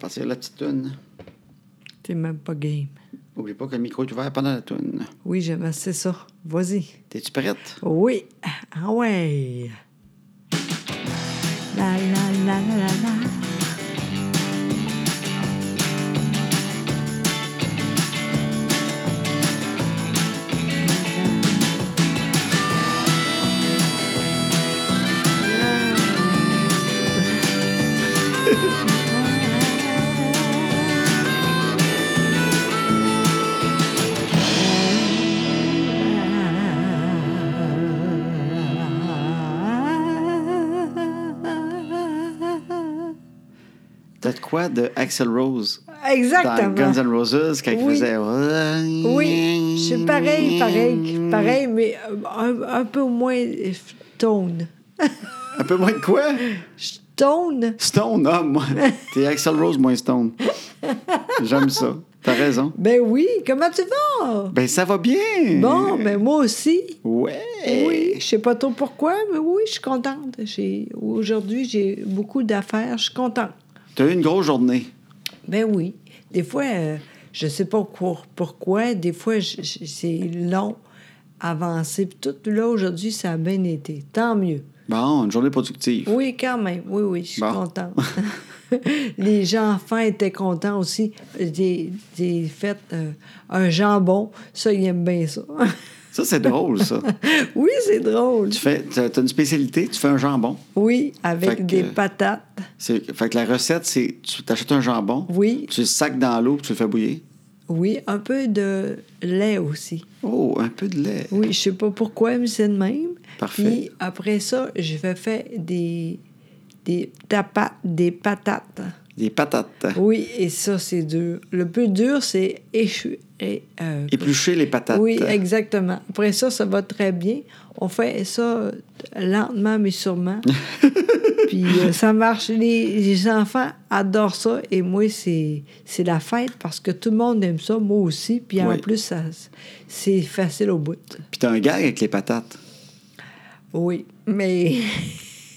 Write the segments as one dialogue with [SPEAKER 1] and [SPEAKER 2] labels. [SPEAKER 1] Partir la petite toune.
[SPEAKER 2] T'es même pas game.
[SPEAKER 1] Oublie pas que le micro est ouvert pendant la toune.
[SPEAKER 2] Oui, j'aime c'est ça. Vas-y.
[SPEAKER 1] T'es-tu prête?
[SPEAKER 2] Oui. Ah ouais. La la la la la la.
[SPEAKER 1] T'as de quoi de Axel Rose? Dans
[SPEAKER 2] Exactement.
[SPEAKER 1] Guns N' Roses, quand il
[SPEAKER 2] Oui.
[SPEAKER 1] faisait.
[SPEAKER 2] Oui, c'est pareil, pareil, pareil, mais euh, un, un peu moins euh, tone.
[SPEAKER 1] Un peu moins de quoi?
[SPEAKER 2] Je Tone,
[SPEAKER 1] Stone, ah, moi. T'es Axel Rose moins Stone. J'aime ça. T'as raison.
[SPEAKER 2] ben oui, comment tu vas?
[SPEAKER 1] Ben, ça va bien.
[SPEAKER 2] Bon, ben moi aussi.
[SPEAKER 1] Ouais.
[SPEAKER 2] Oui, je sais pas trop pourquoi, mais oui, je suis contente. J'ai- Aujourd'hui, j'ai beaucoup d'affaires, je suis contente.
[SPEAKER 1] T'as eu une grosse journée.
[SPEAKER 2] Ben oui. Des fois, euh, je sais pas pour- pourquoi, des fois, je- je- c'est long, avancé. puis Tout là, aujourd'hui, ça a bien été. Tant mieux.
[SPEAKER 1] Bon, une journée productive.
[SPEAKER 2] Oui, quand même. Oui, oui, je suis
[SPEAKER 1] Bon.
[SPEAKER 2] contente. Les gens, enfants étaient contents aussi. J'ai j'ai fait euh, un jambon. Ça, ils aiment bien ça.
[SPEAKER 1] Ça, c'est drôle, ça.
[SPEAKER 2] oui, c'est drôle.
[SPEAKER 1] tu fais, t'as t'as une spécialité, tu fais un jambon.
[SPEAKER 2] Oui,
[SPEAKER 1] Fait que-
[SPEAKER 2] avec des patates.
[SPEAKER 1] C'est- Fait que la recette, c'est tu t'achètes un jambon,
[SPEAKER 2] Oui.
[SPEAKER 1] tu le sacs dans l'eau puis tu le fais bouillir.
[SPEAKER 2] Oui, un peu de lait aussi.
[SPEAKER 1] Oh, un peu de lait.
[SPEAKER 2] Oui, je sais pas pourquoi, mais c'est de même.
[SPEAKER 1] Parfait.
[SPEAKER 2] Puis après ça, je vais faire des, des, tapas, des patates.
[SPEAKER 1] Des patates.
[SPEAKER 2] Oui, et ça, c'est dur. Le plus dur, c'est échu. et, euh,
[SPEAKER 1] Éplucher les patates.
[SPEAKER 2] Oui, exactement. Après ça, ça va très bien. On fait ça lentement mais sûrement. Puis euh, ça marche. Les, les enfants adorent ça. Et moi, c'est c'est la fête parce que tout le monde aime ça, moi aussi. Puis en
[SPEAKER 1] Oui.
[SPEAKER 2] plus, ça- c'est facile au bout.
[SPEAKER 1] Puis t'as un gag avec les patates.
[SPEAKER 2] Oui, mais...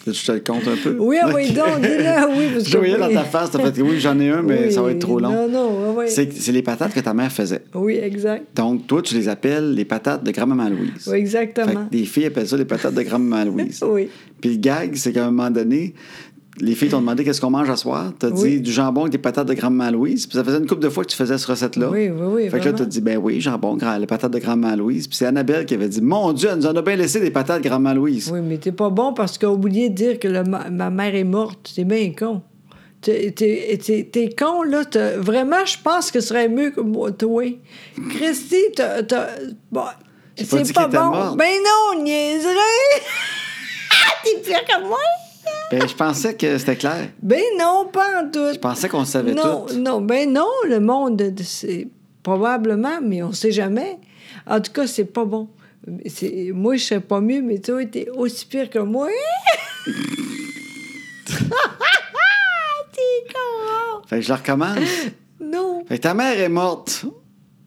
[SPEAKER 1] Tu te le comptes un peu?
[SPEAKER 2] Oui, ah oui,
[SPEAKER 1] Ok.
[SPEAKER 2] donc, dis-le, oui. Parce
[SPEAKER 1] Je voyais dans ta face, t'as fait oui, j'en ai un, mais ça va être trop long.
[SPEAKER 2] Non, non, oui.
[SPEAKER 1] C'est c'est les patates que ta mère faisait.
[SPEAKER 2] Oui, exact.
[SPEAKER 1] Donc, toi, tu les appelles les patates de grand-maman Louise.
[SPEAKER 2] Oui,
[SPEAKER 1] Fait
[SPEAKER 2] exactement.
[SPEAKER 1] que des filles appellent ça les patates de grand-maman Louise.
[SPEAKER 2] Oui.
[SPEAKER 1] Puis le gag, c'est qu'à un moment donné, les filles t'ont demandé qu'est-ce qu'on mange à soir. T'as
[SPEAKER 2] Oui.
[SPEAKER 1] dit du jambon avec des patates de grand-maman Louise. Puis ça faisait une couple de fois que tu faisais cette recette-là.
[SPEAKER 2] Oui, oui, oui,
[SPEAKER 1] Fait que là,
[SPEAKER 2] vraiment.
[SPEAKER 1] t'as dit, ben oui, jambon, grand, les patates de grand-maman Louise. Puis c'est Annabelle qui avait dit, mon Dieu, elle nous en a bien laissé des patates grand-maman Louise.
[SPEAKER 2] Oui, mais t'es pas bon parce qu'on oublié de dire que le ma, ma mère est morte. T'es bien con. T'es- T'es t'es- t'es con, là. t'as- Vraiment, je pense que ce serait mieux que moi, toi. Christy, t'as... t'as- Bon,
[SPEAKER 1] J'ai pas dit
[SPEAKER 2] c'est pas,
[SPEAKER 1] qu'elle était
[SPEAKER 2] bon.
[SPEAKER 1] morte.
[SPEAKER 2] Ben non, niaiserie! t'es pire que moi!
[SPEAKER 1] Ben, je pensais que c'était clair.
[SPEAKER 2] Ben non, pas en tout.
[SPEAKER 1] Je pensais qu'on le savait
[SPEAKER 2] Non,
[SPEAKER 1] tout.
[SPEAKER 2] non, ben non, le monde, c'est probablement, mais on sait jamais. En tout cas, c'est pas bon. C'est- Moi, je serais pas mieux, mais toi, t'es aussi pire que moi. t'es con!
[SPEAKER 1] Fait que je la recommence.
[SPEAKER 2] Non,
[SPEAKER 1] Fait que ta mère est morte.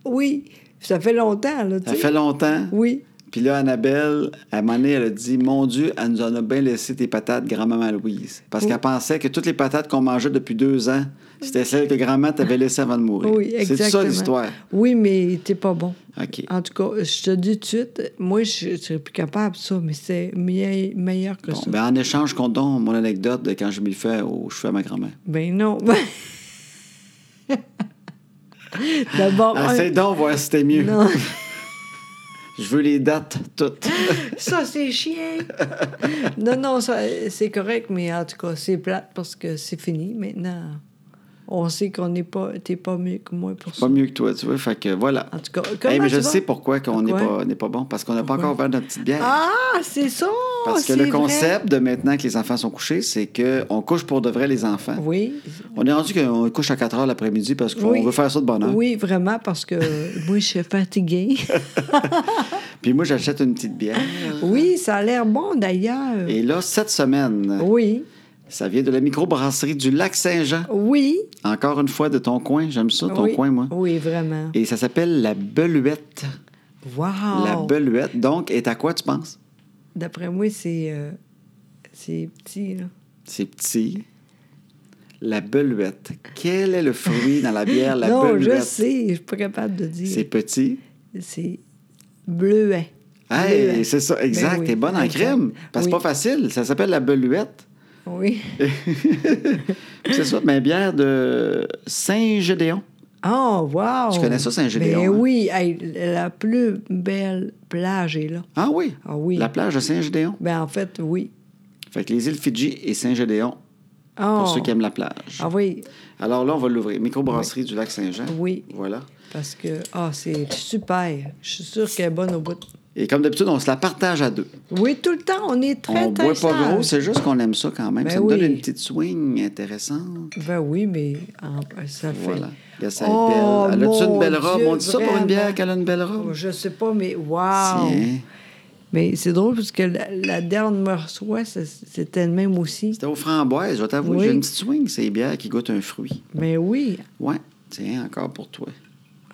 [SPEAKER 2] oui, ça fait longtemps, là, tu
[SPEAKER 1] Ça
[SPEAKER 2] sais.
[SPEAKER 1] fait longtemps.
[SPEAKER 2] Oui,
[SPEAKER 1] Puis là, Annabelle, à un moment donné, elle a dit Mon Dieu, elle nous en a bien laissé tes patates, grand-maman Louise. Parce qu'elle pensait que toutes les patates qu'on mangeait depuis deux ans, c'était celles que grand-maman t'avait laissées avant de mourir.
[SPEAKER 2] oui,
[SPEAKER 1] C'est
[SPEAKER 2] exactement. Ah,
[SPEAKER 1] ça l'histoire.
[SPEAKER 2] Oui, mais t'es pas bon.
[SPEAKER 1] OK.
[SPEAKER 2] En tout cas, je te dis tout de suite, moi, je je serais plus capable de ça, mais c'est meille- meilleur que
[SPEAKER 1] Bon,
[SPEAKER 2] ça.
[SPEAKER 1] ben, en échange, je compte donc mon anecdote de quand j'ai mis le feu aux cheveux à ma grand-mère.
[SPEAKER 2] Ben non. D'abord, un-
[SPEAKER 1] Essaye Ah, donc, voir si c'était mieux.
[SPEAKER 2] non.
[SPEAKER 1] Je veux les dates toutes.
[SPEAKER 2] ça c'est chiant. non, non, ça, c'est correct, mais en tout cas, c'est plate parce que c'est fini maintenant. On sait qu'on n'est pas, t'es pas mieux que moi pour ça.
[SPEAKER 1] Pas mieux que toi, tu vois. Fait que voilà.
[SPEAKER 2] En tout cas,
[SPEAKER 1] Eh,
[SPEAKER 2] comment
[SPEAKER 1] mais je
[SPEAKER 2] tu vas?
[SPEAKER 1] sais pourquoi qu'on n'est
[SPEAKER 2] Pourquoi?
[SPEAKER 1] pas, n'est pas bon. Parce qu'on n'a pas
[SPEAKER 2] Pourquoi?
[SPEAKER 1] encore ouvert notre petite bière.
[SPEAKER 2] Ah, c'est ça.
[SPEAKER 1] Parce que
[SPEAKER 2] c'est
[SPEAKER 1] le
[SPEAKER 2] vrai.
[SPEAKER 1] concept de maintenant que les enfants sont couchés, c'est qu'on couche pour de vrai les enfants.
[SPEAKER 2] Oui.
[SPEAKER 1] On est rendu qu'on couche à 4 heures l'après-midi parce qu'on
[SPEAKER 2] Oui.
[SPEAKER 1] veut faire ça de bonne heure.
[SPEAKER 2] Oui, vraiment, parce que moi, je suis fatiguée.
[SPEAKER 1] Puis moi, j'achète une petite bière.
[SPEAKER 2] oui, ça a l'air bon d'ailleurs.
[SPEAKER 1] Et euh, là, cette semaine,
[SPEAKER 2] Oui.
[SPEAKER 1] ça vient de la microbrasserie du Lac Saint-Jean.
[SPEAKER 2] Oui.
[SPEAKER 1] Encore une fois, de ton coin. J'aime ça, ton
[SPEAKER 2] oui. Oh.
[SPEAKER 1] coin, moi.
[SPEAKER 2] Oui, vraiment.
[SPEAKER 1] Et ça s'appelle la Beluette.
[SPEAKER 2] Wow.
[SPEAKER 1] La Beluette, donc, est à quoi, tu penses?
[SPEAKER 2] D'après moi, c'est euh, c'est petit. Là.
[SPEAKER 1] C'est petit. La beluette. Quel est le fruit dans la bière, la
[SPEAKER 2] non,
[SPEAKER 1] beluette?
[SPEAKER 2] je sais, je suis pas capable de dire.
[SPEAKER 1] C'est petit.
[SPEAKER 2] C'est bleuet.
[SPEAKER 1] Hey,
[SPEAKER 2] Bleuet.
[SPEAKER 1] c'est ça, exact.
[SPEAKER 2] Ben oui,
[SPEAKER 1] T'es bonne en
[SPEAKER 2] exact.
[SPEAKER 1] crème. Parce que
[SPEAKER 2] Oui.
[SPEAKER 1] c'est pas facile. Ça s'appelle la beluette.
[SPEAKER 2] Oui.
[SPEAKER 1] c'est ça, ma bière de Saint-Gédéon.
[SPEAKER 2] Oh, wow!
[SPEAKER 1] Tu connais ça, Saint-Gédéon,
[SPEAKER 2] Ben
[SPEAKER 1] hein?
[SPEAKER 2] oui, hey, la plus belle plage est là.
[SPEAKER 1] Ah oui?
[SPEAKER 2] Ah oui.
[SPEAKER 1] La plage de Saint-Gédéon.
[SPEAKER 2] Ben en fait, oui.
[SPEAKER 1] Fait que les îles Fidji et Saint-Gédéon,
[SPEAKER 2] Oh.
[SPEAKER 1] pour ceux qui aiment la plage.
[SPEAKER 2] Ah oui,
[SPEAKER 1] Alors là, on va l'ouvrir. Microbrasserie du lac Saint-Jean.
[SPEAKER 2] Oui.
[SPEAKER 1] Voilà.
[SPEAKER 2] parce que, ah, c'est super. Je suis sûre qu'elle est bonne au bout.
[SPEAKER 1] Et comme d'habitude, on se la partage à deux.
[SPEAKER 2] Oui, tout le temps, on est très,
[SPEAKER 1] on
[SPEAKER 2] très
[SPEAKER 1] boit pas
[SPEAKER 2] sage.
[SPEAKER 1] gros, c'est juste qu'on aime ça quand même.
[SPEAKER 2] Ben
[SPEAKER 1] ça nous donne
[SPEAKER 2] oui.
[SPEAKER 1] une petite swing intéressante.
[SPEAKER 2] Ben oui, mais en- ça fait...
[SPEAKER 1] Voilà. Regarde, ça est
[SPEAKER 2] Oh,
[SPEAKER 1] belle. Elle a-tu une
[SPEAKER 2] mon
[SPEAKER 1] belle robe?
[SPEAKER 2] Dieu,
[SPEAKER 1] on dit ça pour une bière
[SPEAKER 2] vraiment.
[SPEAKER 1] qu'elle a une belle robe?
[SPEAKER 2] Oh, Je sais pas, mais wow!
[SPEAKER 1] Tiens.
[SPEAKER 2] Mais c'est drôle parce que la, la dernière soie, c'est- c'était le même aussi.
[SPEAKER 1] C'était aux framboises, je vais t'avouer.
[SPEAKER 2] Oui.
[SPEAKER 1] J'ai une petite swing, ces bières qui goûtent un fruit.
[SPEAKER 2] Mais oui.
[SPEAKER 1] Ouais. Tiens, encore pour toi.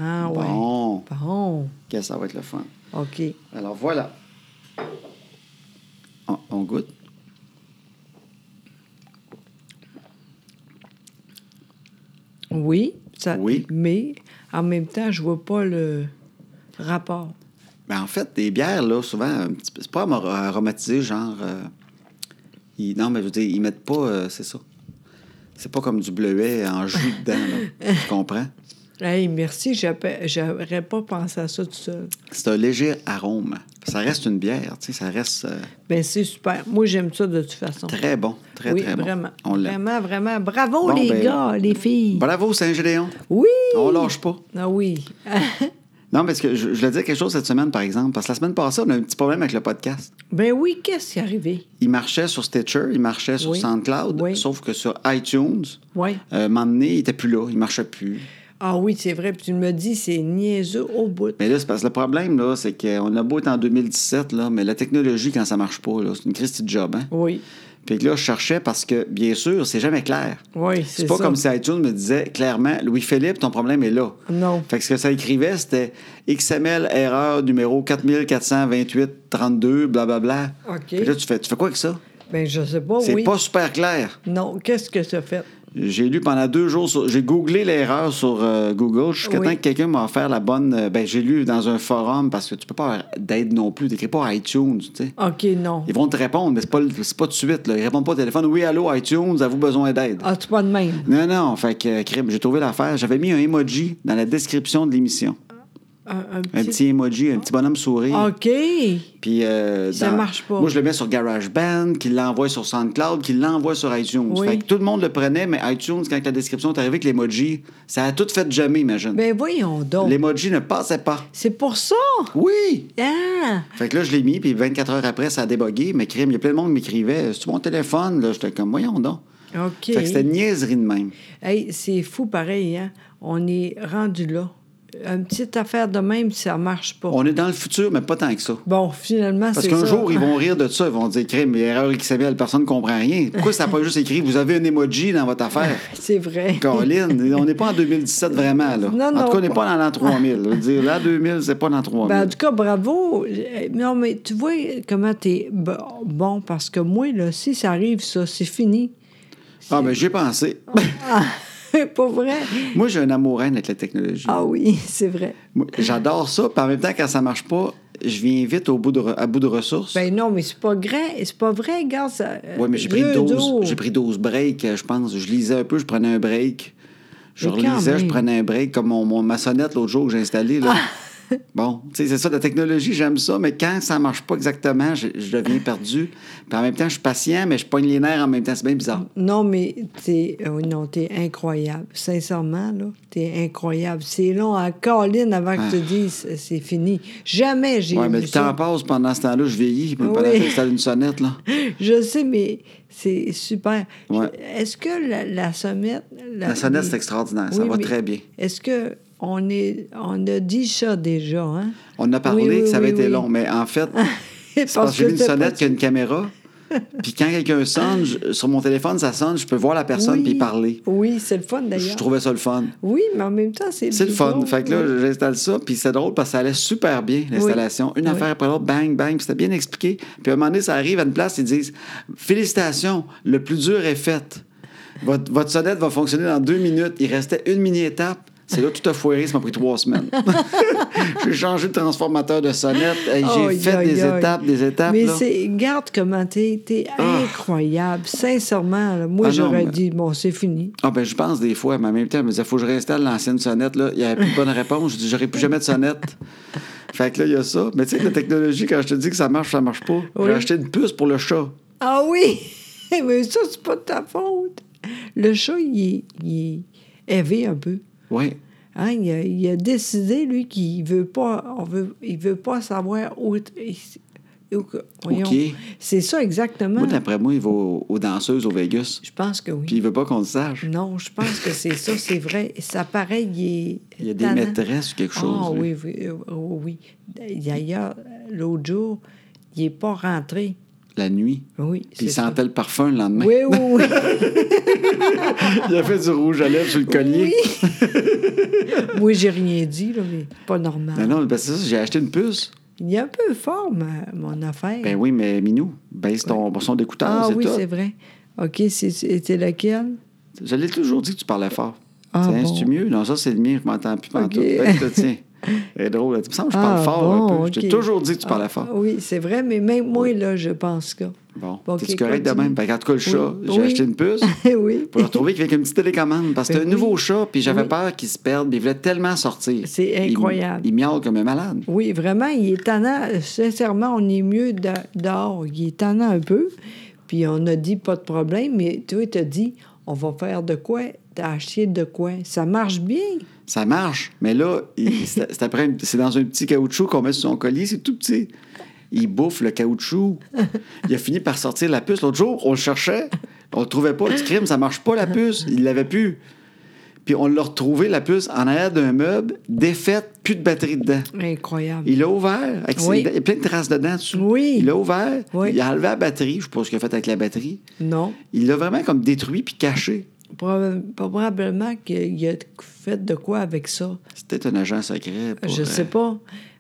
[SPEAKER 2] Ah ouais.
[SPEAKER 1] Bon.
[SPEAKER 2] Bon.
[SPEAKER 1] Regarde, ça va être le fun.
[SPEAKER 2] OK.
[SPEAKER 1] Alors voilà. On, on goûte.
[SPEAKER 2] Oui. Ça,
[SPEAKER 1] Oui.
[SPEAKER 2] Mais en même temps, je vois pas le rapport.
[SPEAKER 1] Ben, en fait, des bières, là, souvent, un petit peu- c'est pas amar- aromatisé, genre. euh, ils- non, mais je veux dire, ils mettent pas. euh, c'est ça. C'est pas comme du bleuet en jus dedans, là. Tu comprends?
[SPEAKER 2] Hey, merci. j'appelle- J'aurais pas pensé à ça tout seul.
[SPEAKER 1] C'est un léger arôme. Ça reste une bière, tu sais, ça reste euh,
[SPEAKER 2] Ben c'est super. Moi, j'aime ça de toute façon.
[SPEAKER 1] très bon, très,
[SPEAKER 2] oui,
[SPEAKER 1] très bon.
[SPEAKER 2] vraiment.
[SPEAKER 1] On l'aime.
[SPEAKER 2] vraiment, vraiment. Bravo,
[SPEAKER 1] Bon,
[SPEAKER 2] les
[SPEAKER 1] ben,
[SPEAKER 2] gars, les filles.
[SPEAKER 1] Bravo, Saint-Gédéon.
[SPEAKER 2] Oui.
[SPEAKER 1] On lâche pas.
[SPEAKER 2] Ah oui.
[SPEAKER 1] Non, parce que je, je le disais quelque chose cette semaine, par exemple, parce que la semaine passée, on a eu un petit problème avec le podcast.
[SPEAKER 2] ben oui, qu'est-ce qui est arrivé?
[SPEAKER 1] Il marchait sur Stitcher, il marchait sur
[SPEAKER 2] Oui.
[SPEAKER 1] SoundCloud,
[SPEAKER 2] Oui.
[SPEAKER 1] sauf que sur iTunes,
[SPEAKER 2] Oui.
[SPEAKER 1] euh, m'emmener, il était plus là, il marchait plus.
[SPEAKER 2] Ah oui, c'est vrai. Puis tu me dis, c'est niaiseux au bout.
[SPEAKER 1] Mais là, c'est parce que le problème, là, c'est qu'on a beau être en 2017, là, mais la technologie, quand ça marche pas, là, c'est une Christie de job, hein?
[SPEAKER 2] Oui.
[SPEAKER 1] Puis que là, je cherchais parce que, bien sûr, c'est jamais clair. C'est
[SPEAKER 2] Oui, c'est
[SPEAKER 1] pas
[SPEAKER 2] ça.
[SPEAKER 1] comme si iTunes me disait clairement, Louis-Philippe, ton problème est là.
[SPEAKER 2] Non.
[SPEAKER 1] Fait que ce que ça écrivait, c'était XML erreur numéro 4428-32, blablabla.
[SPEAKER 2] OK.
[SPEAKER 1] Puis là, tu fais, tu fais quoi avec ça?
[SPEAKER 2] Ben je sais pas,
[SPEAKER 1] C'est
[SPEAKER 2] oui.
[SPEAKER 1] pas super clair.
[SPEAKER 2] Non, qu'est-ce que ça fait?
[SPEAKER 1] J'ai lu pendant deux jours, sur- j'ai googlé l'erreur sur euh, Google jusqu'à
[SPEAKER 2] Oui.
[SPEAKER 1] temps que quelqu'un m'a offert la bonne. euh, ben, j'ai lu dans un forum parce que tu peux pas avoir d'aide non plus. T'écris pas iTunes, tu sais.
[SPEAKER 2] OK, non.
[SPEAKER 1] Ils vont te répondre, mais c'est pas, le- c'est pas de suite. Là. Ils répondent pas au téléphone. Oui, allô, iTunes, avez-vous besoin d'aide?
[SPEAKER 2] Ah, c'est pas de même.
[SPEAKER 1] Non, non, fait que, euh, crime, j'ai trouvé l'affaire. J'avais mis un emoji dans la description de l'émission.
[SPEAKER 2] Un, un
[SPEAKER 1] Un
[SPEAKER 2] petit...
[SPEAKER 1] petit emoji, un petit bonhomme sourire.
[SPEAKER 2] Ah, OK.
[SPEAKER 1] Puis, euh,
[SPEAKER 2] Ça
[SPEAKER 1] dans-
[SPEAKER 2] marche pas.
[SPEAKER 1] Moi, je le mets sur GarageBand, qui l'envoie sur SoundCloud, qui l'envoie sur iTunes.
[SPEAKER 2] Oui.
[SPEAKER 1] Fait que tout le monde le prenait, mais iTunes, quand la description est arrivée avec l'emoji, ça a tout fait jamais, imagine.
[SPEAKER 2] Ben voyons donc.
[SPEAKER 1] L'emoji ne passait pas.
[SPEAKER 2] C'est pour ça?
[SPEAKER 1] Oui!
[SPEAKER 2] Ah!
[SPEAKER 1] Fait que là, je l'ai mis, puis 24 heures après, ça a débogué. Mais crime, il y a plein de monde qui m'écrivait. C'est mon téléphone, là. J'étais comme, voyons donc.
[SPEAKER 2] OK.
[SPEAKER 1] Fait que c'était une niaiserie de même.
[SPEAKER 2] Hey, c'est fou pareil, hein? On est rendu là. Une petite affaire de même, ça marche pas.
[SPEAKER 1] On est dans le futur, mais pas tant que ça.
[SPEAKER 2] Bon, finalement,
[SPEAKER 1] Parce
[SPEAKER 2] c'est
[SPEAKER 1] qu'un
[SPEAKER 2] ça.
[SPEAKER 1] jour, ils vont rire de ça. Ils vont dire, crime, erreur XML, personne ne comprend rien. Pourquoi ça n'a pas juste écrit, vous avez un emoji dans votre affaire?
[SPEAKER 2] C'est vrai.
[SPEAKER 1] Caroline, on n'est pas en 2017 vraiment. Là.
[SPEAKER 2] Non,
[SPEAKER 1] en
[SPEAKER 2] non,
[SPEAKER 1] tout cas, on n'est pas
[SPEAKER 2] pas.
[SPEAKER 1] dans l'an 3000. Je veux dire, l'an 2000, c'est pas dans 3000.
[SPEAKER 2] Ben, en tout cas, bravo. Eh, Non, mais tu vois comment t'es bo- bon, parce que moi, là, si ça arrive, ça, c'est fini.
[SPEAKER 1] ah, ben, j'y ai pensé.
[SPEAKER 2] Ah, pas vrai?
[SPEAKER 1] Moi, j'ai un amour-haine avec la technologie.
[SPEAKER 2] Ah oui, c'est vrai.
[SPEAKER 1] Moi, J'adore ça, puis en même temps, quand ça marche pas, je viens vite au bout de, re- à bout de ressources.
[SPEAKER 2] Ben non, mais c'est pas vrai. C'est pas vrai, gars. Ça, euh,
[SPEAKER 1] oui, mais j'ai pris,
[SPEAKER 2] deux
[SPEAKER 1] 12,
[SPEAKER 2] jours.
[SPEAKER 1] j'ai pris 12 breaks, euh, je pense. Je lisais un peu, je prenais un break. Je
[SPEAKER 2] Mais quand
[SPEAKER 1] relisais, je
[SPEAKER 2] même.
[SPEAKER 1] prenais un break, comme mon, mon- ma sonnette l'autre jour que j'ai installée. là.
[SPEAKER 2] Ah!
[SPEAKER 1] Bon, tu sais, c'est ça, la technologie, j'aime ça, mais quand ça marche pas exactement, je, je deviens perdu. Puis en même temps, je suis patient, mais je pogne les nerfs en même temps. C'est bien bizarre.
[SPEAKER 2] Non, mais t'es euh, non, t'es incroyable. Sincèrement, là, t'es incroyable. C'est long à Colline avant que tu dises c'est- euh, c'est fini. Jamais j'ai
[SPEAKER 1] Oui, Ah. mais
[SPEAKER 2] vu
[SPEAKER 1] le
[SPEAKER 2] ça.
[SPEAKER 1] temps passe pendant ce temps-là, je vieillis, puis pendant
[SPEAKER 2] Oui.
[SPEAKER 1] que j'installe une sonnette, là.
[SPEAKER 2] Je sais, mais c'est super. Je-
[SPEAKER 1] Ouais.
[SPEAKER 2] Est-ce que la, la sommette...
[SPEAKER 1] La sonnette, c'est extraordinaire, ça
[SPEAKER 2] Oui,
[SPEAKER 1] va
[SPEAKER 2] mais
[SPEAKER 1] très bien.
[SPEAKER 2] Est-ce que on est on a dit ça déjà, hein?
[SPEAKER 1] On a parlé
[SPEAKER 2] Oui, oui,
[SPEAKER 1] que ça avait
[SPEAKER 2] oui,
[SPEAKER 1] été
[SPEAKER 2] oui.
[SPEAKER 1] long, mais en fait,
[SPEAKER 2] Parce,
[SPEAKER 1] c'est parce que j'ai mis une
[SPEAKER 2] c'est
[SPEAKER 1] sonnette
[SPEAKER 2] pas-
[SPEAKER 1] qui a une caméra, puis quand quelqu'un sonne, je- sur mon téléphone, ça sonne, je peux voir la personne
[SPEAKER 2] Oui.
[SPEAKER 1] puis parler.
[SPEAKER 2] Oui, c'est le fun
[SPEAKER 1] Je
[SPEAKER 2] d'ailleurs.
[SPEAKER 1] trouvais ça le fun.
[SPEAKER 2] Oui, mais en même temps, c'est hein?
[SPEAKER 1] C'est le fun.
[SPEAKER 2] bizarre.
[SPEAKER 1] Fait que là, j'installe ça, puis c'est drôle parce que ça allait super bien, l'installation. Une
[SPEAKER 2] Oui.
[SPEAKER 1] affaire après l'autre, bang, bang, puis c'était bien expliqué. Puis à un moment donné, ça arrive à une place, ils disent Félicitations, le plus dur est fait. Votre, votre sonnette va fonctionner dans deux minutes. Il restait une mini-étape. C'est là tout a foiré, ça m'a pris trois semaines. j'ai changé de transformateur de sonnette. Hey, J'ai
[SPEAKER 2] Aïe,
[SPEAKER 1] fait
[SPEAKER 2] aïe,
[SPEAKER 1] des
[SPEAKER 2] aïe.
[SPEAKER 1] étapes, des étapes.
[SPEAKER 2] Mais
[SPEAKER 1] là.
[SPEAKER 2] c'est, garde comment t'es, t'es
[SPEAKER 1] Ah.
[SPEAKER 2] incroyable. Sincèrement, là, moi,
[SPEAKER 1] Ah non,
[SPEAKER 2] j'aurais
[SPEAKER 1] mais-
[SPEAKER 2] dit, bon, c'est fini.
[SPEAKER 1] Ah ben je pense des fois, mais en même temps, elle me disait, faut que je réinstalle l'ancienne sonnette, là. Il n'y avait plus de bonne réponse. Je dis, j'aurai plus jamais de sonnette. fait que là, il y a ça. Mais tu sais, la technologie, quand je te dis que ça marche, ça marche pas.
[SPEAKER 2] Oui.
[SPEAKER 1] J'ai acheté une puce pour le chat.
[SPEAKER 2] Ah oui! Mais ça, c'est pas de ta faute. Le chat, il est, il est élevé un peu.
[SPEAKER 1] Oui.
[SPEAKER 2] Hein, il, a, il a décidé, lui, qu'il veut pas, on veut, il veut pas savoir où. il- où- voyons.
[SPEAKER 1] OK.
[SPEAKER 2] C'est ça exactement.
[SPEAKER 1] Moi, d'après moi, il va aux, aux danseuses au Vegas.
[SPEAKER 2] Je pense que oui.
[SPEAKER 1] Puis il veut pas qu'on le sache.
[SPEAKER 2] Non, je pense que c'est ça, c'est vrai. Ça paraît, il est.
[SPEAKER 1] Il y a des
[SPEAKER 2] tannant.
[SPEAKER 1] maîtresses ou quelque chose.
[SPEAKER 2] Ah
[SPEAKER 1] lui.
[SPEAKER 2] oui, oui, euh, oui. D'ailleurs, l'autre jour, il n'est pas rentré.
[SPEAKER 1] La nuit.
[SPEAKER 2] Oui,
[SPEAKER 1] Puis il
[SPEAKER 2] c'est ça.
[SPEAKER 1] sentait le parfum le lendemain.
[SPEAKER 2] Oui, oui, oui.
[SPEAKER 1] il a fait du rouge à lèvres sur le collier.
[SPEAKER 2] Moi, j'ai rien dit, là, mais pas normal.
[SPEAKER 1] Non, non, ben c'est ça, j'ai acheté une puce.
[SPEAKER 2] Il est un peu fort, ma- mon affaire.
[SPEAKER 1] Ben oui, mais Minou, baisse ton son d'écouteur,
[SPEAKER 2] ah
[SPEAKER 1] c'est
[SPEAKER 2] oui,
[SPEAKER 1] tout.
[SPEAKER 2] c'est vrai. OK, c'est- c'était lequel?
[SPEAKER 1] Je l'ai toujours dit que tu parlais fort.
[SPEAKER 2] Ah,
[SPEAKER 1] Tiens,
[SPEAKER 2] bon.
[SPEAKER 1] c'est-tu mieux? Non, ça, c'est le mien, je m'entends plus pendant
[SPEAKER 2] Ok.
[SPEAKER 1] tout. Ben, je te tiens. C'est drôle. là. Tu me semble que je parle
[SPEAKER 2] Ah,
[SPEAKER 1] fort un
[SPEAKER 2] bon,
[SPEAKER 1] peu. Je t'ai
[SPEAKER 2] ok.
[SPEAKER 1] toujours dit que tu parlais
[SPEAKER 2] Ah,
[SPEAKER 1] fort.
[SPEAKER 2] Oui, c'est vrai, mais même moi, là, je pense que.
[SPEAKER 1] Bon,
[SPEAKER 2] Ok,
[SPEAKER 1] t'es-tu correct de
[SPEAKER 2] continue.
[SPEAKER 1] même? Ben, en tout cas, le chat,
[SPEAKER 2] Oui.
[SPEAKER 1] j'ai
[SPEAKER 2] Oui.
[SPEAKER 1] acheté une puce
[SPEAKER 2] oui.
[SPEAKER 1] pour le retrouver avec une petite télécommande parce que c'était
[SPEAKER 2] Ben
[SPEAKER 1] un nouveau
[SPEAKER 2] oui.
[SPEAKER 1] chat, puis j'avais
[SPEAKER 2] Oui.
[SPEAKER 1] peur qu'il se perde, puis il voulait tellement sortir.
[SPEAKER 2] C'est
[SPEAKER 1] Il-
[SPEAKER 2] incroyable.
[SPEAKER 1] Il, miaule comme un malade.
[SPEAKER 2] Oui, vraiment, il est tannant. Sincèrement, on est mieux de- dehors. Il est tannant un peu. Puis on a dit pas de problème, mais toi, tu as dit on va faire de quoi T'as acheté de quoi Ça marche bien.
[SPEAKER 1] Ça marche, mais là, il- c'est c'est après un- c'est dans un petit caoutchouc qu'on met sur son collier, c'est tout petit. Il bouffe le caoutchouc. Il a fini par sortir la puce. L'autre jour, on le cherchait, on le trouvait pas. Du crime, ça marche pas la puce. Il l'avait plus. Puis on l'a retrouvé, la puce, en arrière d'un meuble, défaite, plus de batterie dedans.
[SPEAKER 2] Incroyable.
[SPEAKER 1] Il l'a ouvert. avec ses-
[SPEAKER 2] Oui.
[SPEAKER 1] Il y a plein de traces dedans dessus.
[SPEAKER 2] Oui.
[SPEAKER 1] Il l'a ouvert.
[SPEAKER 2] Oui.
[SPEAKER 1] Il a enlevé la batterie. Je sais pas ce qu'il a fait avec la batterie.
[SPEAKER 2] Non.
[SPEAKER 1] Il l'a vraiment comme détruit puis caché.
[SPEAKER 2] Proba- Probablement qu'il a fait de quoi avec ça.
[SPEAKER 1] C'était un agent secret. pour,
[SPEAKER 2] Je
[SPEAKER 1] euh,
[SPEAKER 2] sais pas.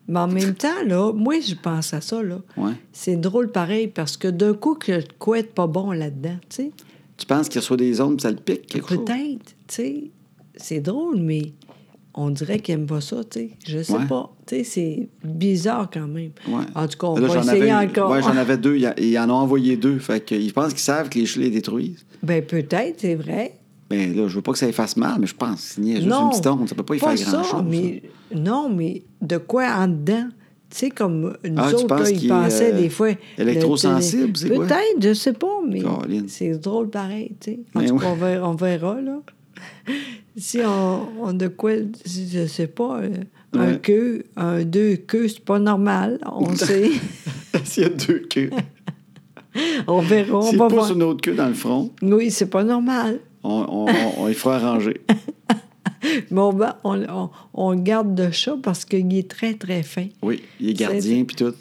[SPEAKER 2] Mais en même temps, là, moi, je pense à ça, là.
[SPEAKER 1] ouais.
[SPEAKER 2] C'est drôle pareil, parce que d'un coup, que quoi être pas bon là-dedans, tu sais?
[SPEAKER 1] Tu penses qu'il reçoit des ondes puis ça le pique quelque chose?
[SPEAKER 2] Peut-être, tu sais. C'est drôle, mais on dirait qu'il aime pas ça, tu sais. Je sais
[SPEAKER 1] Ouais.
[SPEAKER 2] pas. Tu sais, c'est bizarre quand même.
[SPEAKER 1] Ouais.
[SPEAKER 2] En tout cas, on
[SPEAKER 1] Là,
[SPEAKER 2] va
[SPEAKER 1] j'en
[SPEAKER 2] essayer
[SPEAKER 1] avais-
[SPEAKER 2] encore.
[SPEAKER 1] ouais, j'en avais deux. Il y a- Ils en ont envoyé deux. Fait que ils pensent qu'ils savent que les chats les détruisent.
[SPEAKER 2] Ben peut-être, c'est vrai.
[SPEAKER 1] Ben là, je veux pas que ça les fasse mal, mais je pense. C'est niaiseux, c'est
[SPEAKER 2] non.
[SPEAKER 1] une petite onde. Ça peut pas y faire grand-chose.
[SPEAKER 2] mais... Non, mais de quoi en dedans? Tu sais, comme nous
[SPEAKER 1] Ah, tu
[SPEAKER 2] autres,
[SPEAKER 1] penses
[SPEAKER 2] là, ils
[SPEAKER 1] qu'il est,
[SPEAKER 2] pensaient
[SPEAKER 1] euh,
[SPEAKER 2] des fois...
[SPEAKER 1] électrosensible,
[SPEAKER 2] le-
[SPEAKER 1] c'est quoi?
[SPEAKER 2] Peut-être, je sais pas, mais
[SPEAKER 1] Caroline.
[SPEAKER 2] c'est drôle pareil, tu sais. En
[SPEAKER 1] Ben
[SPEAKER 2] tout
[SPEAKER 1] oui.
[SPEAKER 2] cas, on verra, on verra, là. si on, on de quoi, si- je sais pas, euh, un
[SPEAKER 1] Ouais.
[SPEAKER 2] queue, un deux queues, c'est pas normal, on sait.
[SPEAKER 1] ça. S'il y a deux queues.
[SPEAKER 2] on verra, on
[SPEAKER 1] S'il
[SPEAKER 2] va
[SPEAKER 1] pousse
[SPEAKER 2] voir.
[SPEAKER 1] une autre queue dans le front,
[SPEAKER 2] Oui, c'est pas normal.
[SPEAKER 1] on, on, on- on les fera arranger.
[SPEAKER 2] Bon, ben, on, on, on le garde de chat parce qu'il est très, très fin.
[SPEAKER 1] Oui, il est gardien puis tout.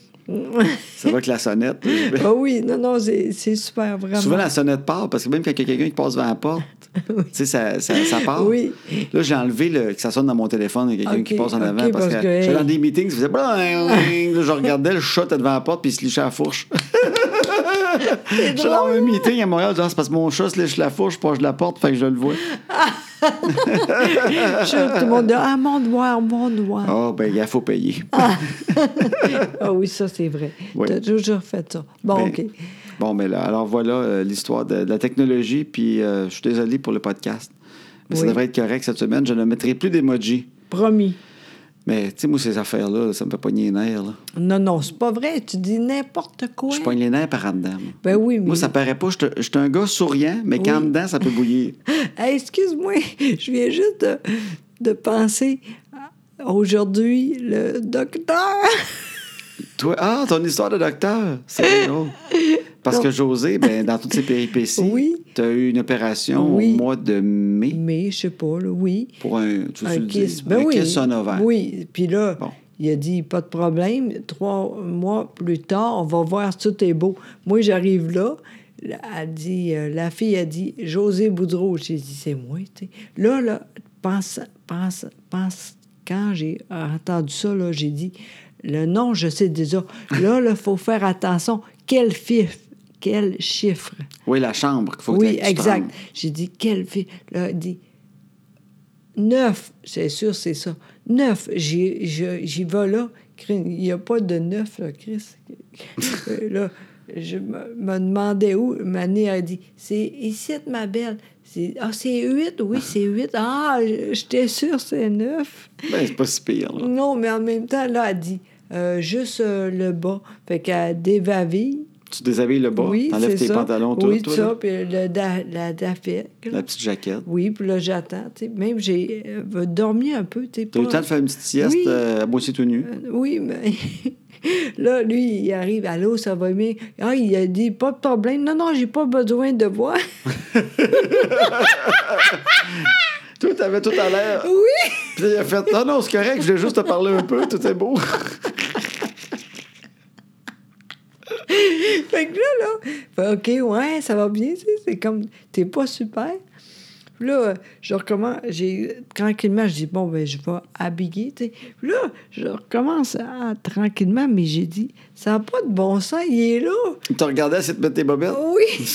[SPEAKER 1] Ça va que la sonnette.
[SPEAKER 2] Ah oui, non, non, c'est c'est super, vraiment.
[SPEAKER 1] Souvent, la sonnette part parce que même quand il y a quelqu'un qui passe devant la porte, tu sais, ça, ça, ça part.
[SPEAKER 2] Oui.
[SPEAKER 1] Là, j'ai enlevé le, que ça sonne dans mon téléphone, il y a quelqu'un
[SPEAKER 2] Ok,
[SPEAKER 1] qui passe en
[SPEAKER 2] ok,
[SPEAKER 1] avant parce,
[SPEAKER 2] parce
[SPEAKER 1] que,
[SPEAKER 2] que, hey.
[SPEAKER 1] j'étais dans des meetings, ça faisait bling, bling. Là, je regardais le chat était devant la porte puis il se lichait à la fourche. J'étais dans un meeting à Montréal, je dis, Ah, c'est parce que mon chat se liche la fourche proche de la porte, fait que je le vois.
[SPEAKER 2] Je suis tout le monde dit Ah, mon noir, mon noir.
[SPEAKER 1] Ah, ben, il faut payer.
[SPEAKER 2] Ah oui, ça, c'est vrai.
[SPEAKER 1] Oui.
[SPEAKER 2] T'as toujours fait ça. Bon,
[SPEAKER 1] Ben,
[SPEAKER 2] OK.
[SPEAKER 1] Bon, mais là, alors voilà euh, l'histoire de, de la technologie, puis euh, je suis désolé pour le podcast. Mais ça
[SPEAKER 2] Oui.
[SPEAKER 1] devrait être correct cette semaine. Je ne mettrai plus d'emoji.
[SPEAKER 2] Promis.
[SPEAKER 1] Mais tu sais, moi, ces affaires-là, ça me fait pogner les nerfs. Là.
[SPEAKER 2] Non, non, c'est pas vrai. Tu dis n'importe quoi.
[SPEAKER 1] Je pogne les nerfs par en dedans. moi.
[SPEAKER 2] Ben oui, mais.
[SPEAKER 1] Moi, ça paraît pas. Je suis un gars souriant, mais quand
[SPEAKER 2] Oui.
[SPEAKER 1] dedans, ça peut bouillir.
[SPEAKER 2] Hey, Excuse-moi, je viens juste de, de penser. à- Aujourd'hui, le docteur.
[SPEAKER 1] Toi, ah, ton histoire de docteur, c'est bien drôle. Parce que José, ben, dans toutes ses péripéties,
[SPEAKER 2] Oui.
[SPEAKER 1] tu as eu une opération
[SPEAKER 2] Oui.
[SPEAKER 1] au mois de mai
[SPEAKER 2] Mais, je sais pas, là, oui.
[SPEAKER 1] pour un, tu veux
[SPEAKER 2] Un
[SPEAKER 1] le
[SPEAKER 2] kiss.
[SPEAKER 1] dire?
[SPEAKER 2] Ben
[SPEAKER 1] un
[SPEAKER 2] oui.
[SPEAKER 1] kiss sonovère.
[SPEAKER 2] Oui. Puis là,
[SPEAKER 1] Bon.
[SPEAKER 2] il a dit pas de problème. Trois mois plus tard, on va voir si tout est beau. Moi, j'arrive là. la- Elle dit, euh, la fille a dit José Boudreau. J'ai dit c'est moi. tu sais. Là, là, pense, pense, pense. Quand j'ai entendu ça, là, j'ai dit le nom, je sais déjà. Là, il faut faire attention. Quel fif, quel chiffre.
[SPEAKER 1] Oui, la chambre qu'il faut que
[SPEAKER 2] oui,
[SPEAKER 1] tu- tu te
[SPEAKER 2] exact.
[SPEAKER 1] rendes.
[SPEAKER 2] J'ai dit, quelle fille? Là, elle dit, neuf, c'est sûr, c'est ça. Neuf, j'y je- j'y vais là. Cri- Il n'y a pas de neuf, là, Chris. Euh, là, je me me demandais où. Mané a dit, c'est ici, ma belle. C'est- Ah, c'est huit, oui, c'est huit. Ah, j'étais sûre, c'est neuf.
[SPEAKER 1] Ben, c'est pas si pire, là.
[SPEAKER 2] Non, mais en même temps, là, elle dit, euh, juste euh, le bas. Fait qu'elle dévaville.
[SPEAKER 1] Tu déshabilles le bas,
[SPEAKER 2] oui,
[SPEAKER 1] t'enlèves
[SPEAKER 2] c'est
[SPEAKER 1] tes
[SPEAKER 2] ça.
[SPEAKER 1] pantalons, tout,
[SPEAKER 2] Oui,
[SPEAKER 1] toi,
[SPEAKER 2] ça,
[SPEAKER 1] là.
[SPEAKER 2] puis le da- la dafette.
[SPEAKER 1] la petite jaquette.
[SPEAKER 2] Oui, puis là, j'attends. tu sais. Même, j'ai euh, dormi un peu. tu sais,
[SPEAKER 1] T'as eu le
[SPEAKER 2] pas-
[SPEAKER 1] temps de faire une petite sieste
[SPEAKER 2] Oui.
[SPEAKER 1] euh, à moitié tout nu.
[SPEAKER 2] Euh, Oui, mais là, lui, il arrive. Allô, ça va bien? Ah, il a dit, pas de problème. Non, non, j'ai pas besoin de boire.
[SPEAKER 1] Toi, t'avais tout à l'air.
[SPEAKER 2] oui!
[SPEAKER 1] Puis il a fait Non, non, c'est correct, je voulais juste te parler un peu, tout est beau.
[SPEAKER 2] Fait que là, là, fait, OK, ouais, ça va bien, tu sais, c'est comme, t'es pas super. Puis là, euh, je recommence, j'ai, tranquillement, je dis, bon, ben, je vais habiller, tu sais. Puis là, je recommence à- tranquillement, mais j'ai dit, ça n'a pas de bon sens, il est là.
[SPEAKER 1] Tu te regardais essayer de mettre tes bobettes.
[SPEAKER 2] Oui!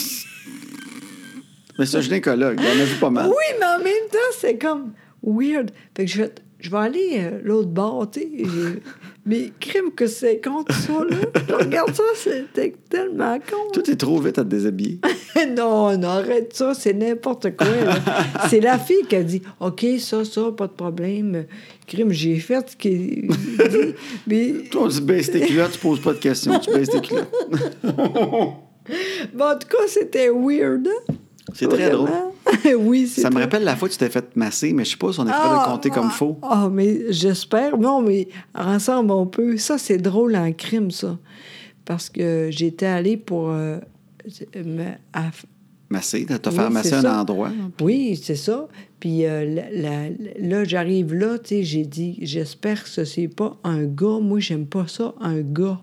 [SPEAKER 1] Mais c'est un gynécologue, il en a vu pas mal.
[SPEAKER 2] Oui, mais en même temps, c'est comme weird. Fait que je, fais, je vais aller euh, l'autre bord, tu sais. J'ai- Mais crime que c'est con, tout ça, là. Je regarde ça, c'était tellement con.
[SPEAKER 1] Tout est trop vite à te déshabiller.
[SPEAKER 2] là. non, non, arrête ça, c'est n'importe quoi, là. C'est la fille qui a dit OK, ça, ça, pas de problème. Crime, j'ai fait ce qu'il dit. Mais
[SPEAKER 1] Toi, tu baisses tes culottes, tu poses pas de questions, tu baisses tes culottes.
[SPEAKER 2] bon, en tout cas, c'était weird. hein?
[SPEAKER 1] C'est très drôle.
[SPEAKER 2] Vraiment. oui, c'est
[SPEAKER 1] Ça me
[SPEAKER 2] très-
[SPEAKER 1] rappelle la fois que tu t'es fait masser, mais je sais pas si on est capable de compter comme
[SPEAKER 2] ah,
[SPEAKER 1] faux.
[SPEAKER 2] Ah, mais j'espère. Non, mais ensemble, on peut. Ça, c'est drôle en crime, ça. Parce que j'étais allée pour. euh, me- à-
[SPEAKER 1] Masser, t'as
[SPEAKER 2] Oui,
[SPEAKER 1] fait
[SPEAKER 2] c'est
[SPEAKER 1] masser un
[SPEAKER 2] ça.
[SPEAKER 1] endroit. hein, là.
[SPEAKER 2] Oui, c'est ça. Puis euh, la- la- là, j'arrive là, tu sais, j'ai dit, j'espère que ce n'est pas un gars. Moi, j'aime pas ça, un gars.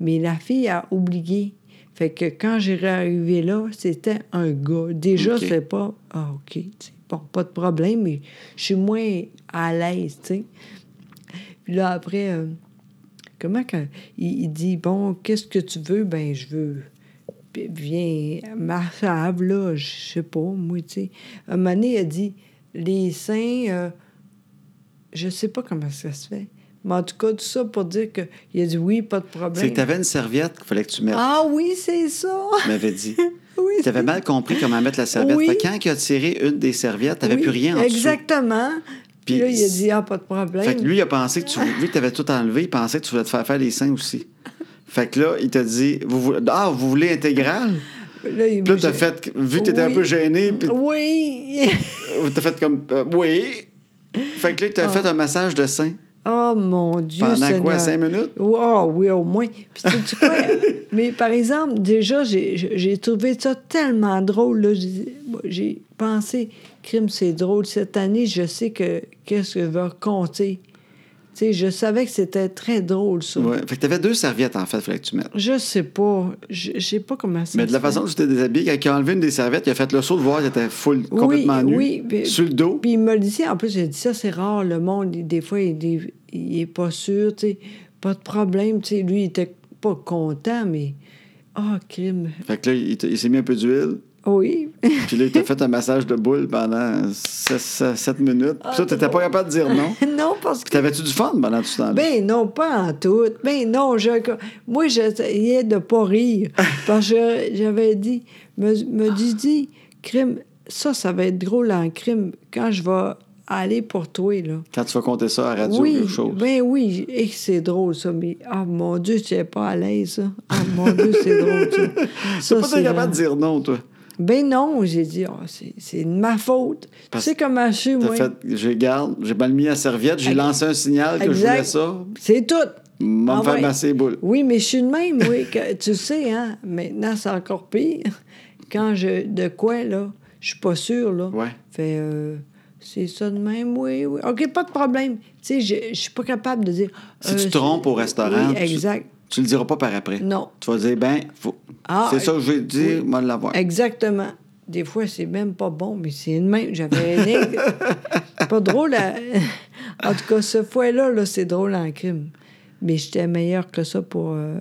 [SPEAKER 2] Mais la fille a oublié. Fait que quand j'ai arrivé là, c'était un gars. Déjà,
[SPEAKER 1] Ok.
[SPEAKER 2] c'est pas. Ah, OK, tu sais, bon, pas de problème, mais je suis moins à l'aise, tu sais. Puis là, après, euh, comment que- il, il dit, bon, qu'est-ce que tu veux? Ben, je veux. Puis, Viens, marchable, là, je sais pas, moi, tu sais. Un moment donné, il a dit, les seins, euh, je sais pas comment ça se fait. Mais en tout cas, tout ça pour dire que il a dit oui, pas de
[SPEAKER 1] C'est
[SPEAKER 2] problème.
[SPEAKER 1] que t'avais une serviette qu'il fallait que tu mettes,
[SPEAKER 2] Ah oui, c'est ça!
[SPEAKER 1] tu m'avais dit.
[SPEAKER 2] Oui, c'est-
[SPEAKER 1] T'avais mal compris comment mettre la serviette.
[SPEAKER 2] Oui.
[SPEAKER 1] Fait que quand il a tiré une des serviettes, t'avais
[SPEAKER 2] oui,
[SPEAKER 1] plus rien en dessous.
[SPEAKER 2] Exactement. Puis,
[SPEAKER 1] Puis
[SPEAKER 2] là, il a
[SPEAKER 1] c'est-
[SPEAKER 2] dit, ah, pas de problème.
[SPEAKER 1] Fait que lui, il a pensé que tu vu que t'avais tout enlevé, il pensait que tu voulais te faire faire les seins aussi. Fait que là, il t'a dit vous voulez- Ah, vous voulez intégrale?
[SPEAKER 2] là, il-
[SPEAKER 1] Puis là, t'as
[SPEAKER 2] j'ai-
[SPEAKER 1] fait, vu que t'étais un
[SPEAKER 2] Oui.
[SPEAKER 1] peu gêné, puis
[SPEAKER 2] Oui!
[SPEAKER 1] t'as fait comme euh, Oui. Fait que là, t'as fait un massage de seins
[SPEAKER 2] Oh mon Ah. Dieu.
[SPEAKER 1] pendant quoi,
[SPEAKER 2] Seigneur.
[SPEAKER 1] cinq minutes?
[SPEAKER 2] Oh, oui, au moins. Puis tu sais quoi? Mais par exemple, déjà, j'ai- j'ai trouvé ça tellement drôle. là. J'ai- J'ai pensé, crime, c'est drôle. Cette année, je sais que qu'est-ce que va compter. Tu sais, je savais que c'était très drôle, ça.
[SPEAKER 1] Ouais. Fait que t'avais deux serviettes, en fait, fallait que tu mettes.
[SPEAKER 2] Je sais pas. Je je sais pas comment ça
[SPEAKER 1] Mais de la
[SPEAKER 2] se
[SPEAKER 1] façon que tu t'es déshabillé, quand il a enlevé une des serviettes, il a fait le saut de voir qu'il était full,
[SPEAKER 2] Oui,
[SPEAKER 1] complètement nu.
[SPEAKER 2] oui, puis-
[SPEAKER 1] sur le dos.
[SPEAKER 2] Puis il me le dit, en plus, il a dit ça, c'est rare, le monde, il- des fois, il, il, il est pas sûr, tu sais, pas de problème, tu sais, lui, il était pas content, mais... Ah, crime.
[SPEAKER 1] Fait que là, il, t'a- il s'est mis un peu d'huile.
[SPEAKER 2] Oui.
[SPEAKER 1] Puis là, il t'a fait un massage de boule pendant 7 minutes.
[SPEAKER 2] Ah,
[SPEAKER 1] Puis toi, t'étais pas capable de dire non. Puis
[SPEAKER 2] non, parce que...
[SPEAKER 1] t'avais-tu du fun pendant tout ce temps-là?
[SPEAKER 2] Ben non, pas en tout. Ben non, je, moi, j'essayais de pas rire. Parce que j'avais dit, me, me dis, dis, crime, ça, ça va être drôle en crime quand je vais aller pour toi, là.
[SPEAKER 1] Quand tu vas compter ça à la radio ou
[SPEAKER 2] oui,
[SPEAKER 1] quelque chose.
[SPEAKER 2] Ben oui, et que c'est drôle ça, mais ah mon Dieu, tu n'es pas à l'aise. ça. Ah mon Dieu, c'est drôle ça.
[SPEAKER 1] Tu
[SPEAKER 2] Ça,
[SPEAKER 1] pas été capable de dire
[SPEAKER 2] vraiment-
[SPEAKER 1] non, toi.
[SPEAKER 2] Ben non, j'ai dit, Ah, c'est- c'est de ma faute.
[SPEAKER 1] Parce-
[SPEAKER 2] tu sais comment je suis,
[SPEAKER 1] T'as
[SPEAKER 2] moi.
[SPEAKER 1] fait, j'ai garde, j'ai mal mis la serviette, j'ai
[SPEAKER 2] Ex-
[SPEAKER 1] lancé un signal que
[SPEAKER 2] Exact.
[SPEAKER 1] je voulais ça.
[SPEAKER 2] C'est tout.
[SPEAKER 1] M'en
[SPEAKER 2] Ah
[SPEAKER 1] me faire
[SPEAKER 2] ouais.
[SPEAKER 1] masser les boules.
[SPEAKER 2] Oui, mais je suis de même, oui. que- tu sais, hein, maintenant, c'est encore pire. Quand je. De quoi, là? Je suis pas sûre, là.
[SPEAKER 1] Ouais.
[SPEAKER 2] Fait, euh, c'est ça de même, oui, oui. OK, pas de problème. Tu sais, je- je suis pas capable de dire.
[SPEAKER 1] Si tu
[SPEAKER 2] c'est-
[SPEAKER 1] te trompes au restaurant,
[SPEAKER 2] Oui,
[SPEAKER 1] tu-
[SPEAKER 2] exact.
[SPEAKER 1] Tu le diras pas par après.
[SPEAKER 2] Non.
[SPEAKER 1] Tu vas dire, ben, faut-
[SPEAKER 2] Ah,
[SPEAKER 1] c'est ça que je vais te dire,
[SPEAKER 2] oui.
[SPEAKER 1] moi, de l'avoir.
[SPEAKER 2] Exactement. Des fois, c'est même pas bon, mais c'est une main. J'avais un aigle. pas drôle. à- En tout cas, ce fois-là, là, c'est drôle en crime. Mais j'étais meilleur que ça pour euh,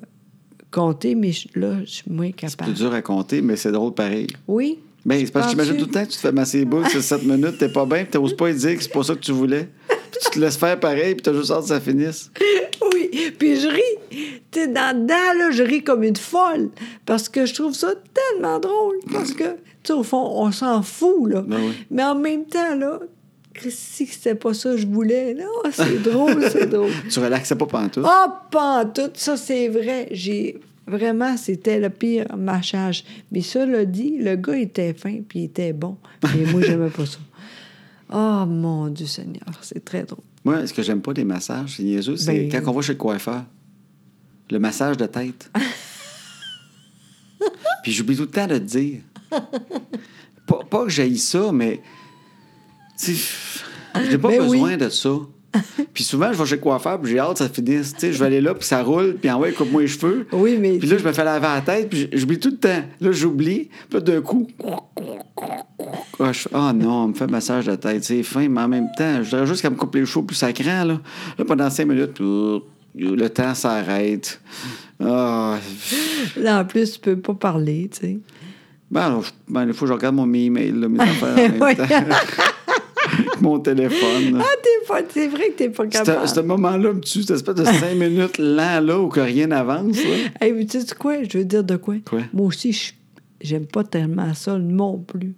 [SPEAKER 2] compter, mais je- là, je suis moins
[SPEAKER 1] C'est plus
[SPEAKER 2] capable.
[SPEAKER 1] dur à compter, mais c'est drôle pareil.
[SPEAKER 2] Oui?
[SPEAKER 1] Ben, c'est parce que
[SPEAKER 2] Penses-tu?
[SPEAKER 1] j'imagine tout le temps que tu te fais masser les boules, c'est 7 minutes, t'es pas bien, puis t'oses pas y dire que c'est pas ça que tu voulais. Puis tu te laisses faire pareil, puis t'as juste hâte que ça finisse.
[SPEAKER 2] Oui, puis je ris. Tu sais, dans dedans, là, je ris comme une folle parce que je trouve ça tellement drôle parce que, tu sais, au fond, on s'en fout, là.
[SPEAKER 1] Ben oui.
[SPEAKER 2] Mais en même temps, là, Christy, que c'était pas ça que je voulais. Non, c'est drôle, c'est drôle.
[SPEAKER 1] Tu relaxais pas pantoute.
[SPEAKER 2] Oh, pantoute, ça, c'est vrai. J'ai... Vraiment, c'était le pire mâchage. Mais cela dit, le gars était fin, puis il était bon. Mais moi, j'aimais pas ça. Oh, mon Dieu Seigneur, c'est très drôle.
[SPEAKER 1] Moi, ce que j'aime pas des massages, c'est niaiseux, c'est
[SPEAKER 2] Ben-
[SPEAKER 1] quand on va chez le coiffeur. Le massage de tête. Puis j'oublie tout le temps de le dire. Pas, pas que j'aille ça, mais. Tu sais, j'ai pas
[SPEAKER 2] Ben
[SPEAKER 1] besoin
[SPEAKER 2] oui.
[SPEAKER 1] de ça. Puis souvent, je vais chez le coiffeur, puis j'ai hâte que ça finisse. Tu sais, je vais aller là, puis ça roule, puis en vrai, coupe-moi les cheveux.
[SPEAKER 2] Oui, mais-
[SPEAKER 1] Puis là, je me fais laver la tête, puis j'oublie tout le temps. Là, j'oublie. Puis là, d'un coup. Ah, je fais, ah non, on me fait massage de tête, c'est fin, mais en même temps, je dirais juste qu'elle me coupe les cheveux plus sacrants, là. Là, pendant cinq minutes, puis, euh, le temps s'arrête. Ah,
[SPEAKER 2] Là, en plus, tu peux pas parler, tu sais.
[SPEAKER 1] ben, alors, je- ben, il faut que je regarde mon email, là, mes affaires en
[SPEAKER 2] Oui.
[SPEAKER 1] même temps. mon téléphone. là.
[SPEAKER 2] Ah, t'es pas, c'est vrai que t'es pas
[SPEAKER 1] C'est
[SPEAKER 2] capable.
[SPEAKER 1] ce moment-là me tue, cette espèce de cinq minutes lent, là, où que rien n'avance, là.
[SPEAKER 2] Hey, mais tu sais quoi? Je veux dire de quoi?
[SPEAKER 1] Quoi?
[SPEAKER 2] Moi aussi, je- j'aime pas tellement ça non plus.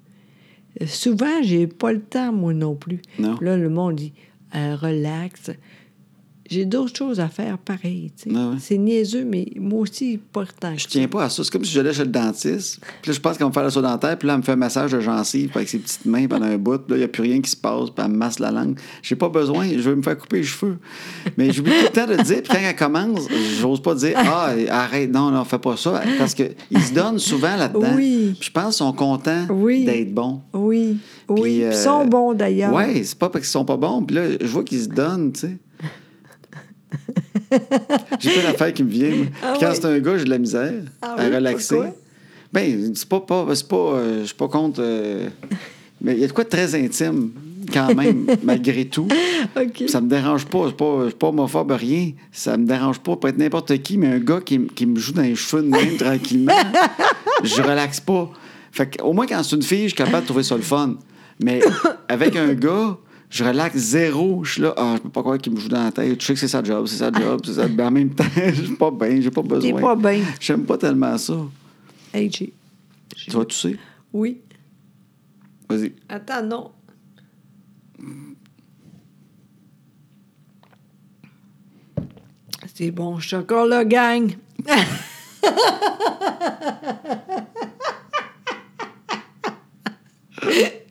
[SPEAKER 2] Euh, souvent, j'ai pas le temps, moi non plus.
[SPEAKER 1] Non.
[SPEAKER 2] Là, le monde dit euh, relax. J'ai d'autres choses à faire pareil. tu sais.
[SPEAKER 1] Ah ouais.
[SPEAKER 2] C'est niaiseux, mais moi aussi, pas le temps.
[SPEAKER 1] Je tiens pas à ça. C'est comme si j'allais chez le dentiste. Puis là, je pense qu'on me fait la soie dentaire. Puis là, elle me fait un massage de gencive avec ses petites mains pendant un bout. Puis là, il n'y a plus rien qui se passe. Puis elle me masse la langue. J'ai pas besoin. Je veux me faire couper les cheveux. Mais j'oublie tout le temps de le dire. Puis quand elle commence, j'ose pas dire Ah, arrête. Non, non, fais pas ça. Parce qu'ils se donnent souvent là-dedans.
[SPEAKER 2] Oui.
[SPEAKER 1] Puis je pense qu'ils sont contents
[SPEAKER 2] Oui.
[SPEAKER 1] d'être bons.
[SPEAKER 2] Oui, oui.
[SPEAKER 1] Puis,
[SPEAKER 2] Puis
[SPEAKER 1] euh,
[SPEAKER 2] Ils sont bons, d'ailleurs.
[SPEAKER 1] Ouais, c'est pas parce qu'ils sont pas bons. Puis là, je vois qu'ils se donnent, tu sais. J'ai plein d'affaires qui me viennent.
[SPEAKER 2] Ah
[SPEAKER 1] Puis quand
[SPEAKER 2] ouais.
[SPEAKER 1] c'est un gars, j'ai de la misère
[SPEAKER 2] Ah
[SPEAKER 1] à
[SPEAKER 2] oui,
[SPEAKER 1] relaxer.
[SPEAKER 2] pourquoi?
[SPEAKER 1] Ben, c'est pas, pas, c'est pas, euh, je suis pas contre. euh, mais il y a de quoi de très intime, quand même, malgré tout.
[SPEAKER 2] OK.
[SPEAKER 1] Ça me dérange pas. Je suis pas, je suis pas homophobe, rien. Ça me dérange pas. Peut être n'importe qui, mais un gars qui, m- qui me joue dans les cheveux de même tranquillement, je relaxe pas. Fait que, au moins, quand c'est une fille, je suis capable de trouver ça le fun. Mais avec un gars, je relaxe zéro. Je suis là, ah, je peux pas croire qu'il me joue dans la tête. Je sais que c'est sa job, c'est sa job, c'est sa Mais en même temps, je suis pas bien, j'ai pas
[SPEAKER 2] T'es
[SPEAKER 1] besoin.
[SPEAKER 2] pas bien.
[SPEAKER 1] J'aime pas tellement ça.
[SPEAKER 2] Hey, j'ai-
[SPEAKER 1] Tu vas tousser?
[SPEAKER 2] Oui.
[SPEAKER 1] Vas-y.
[SPEAKER 2] Attends, non. C'est bon, je suis encore là, gang.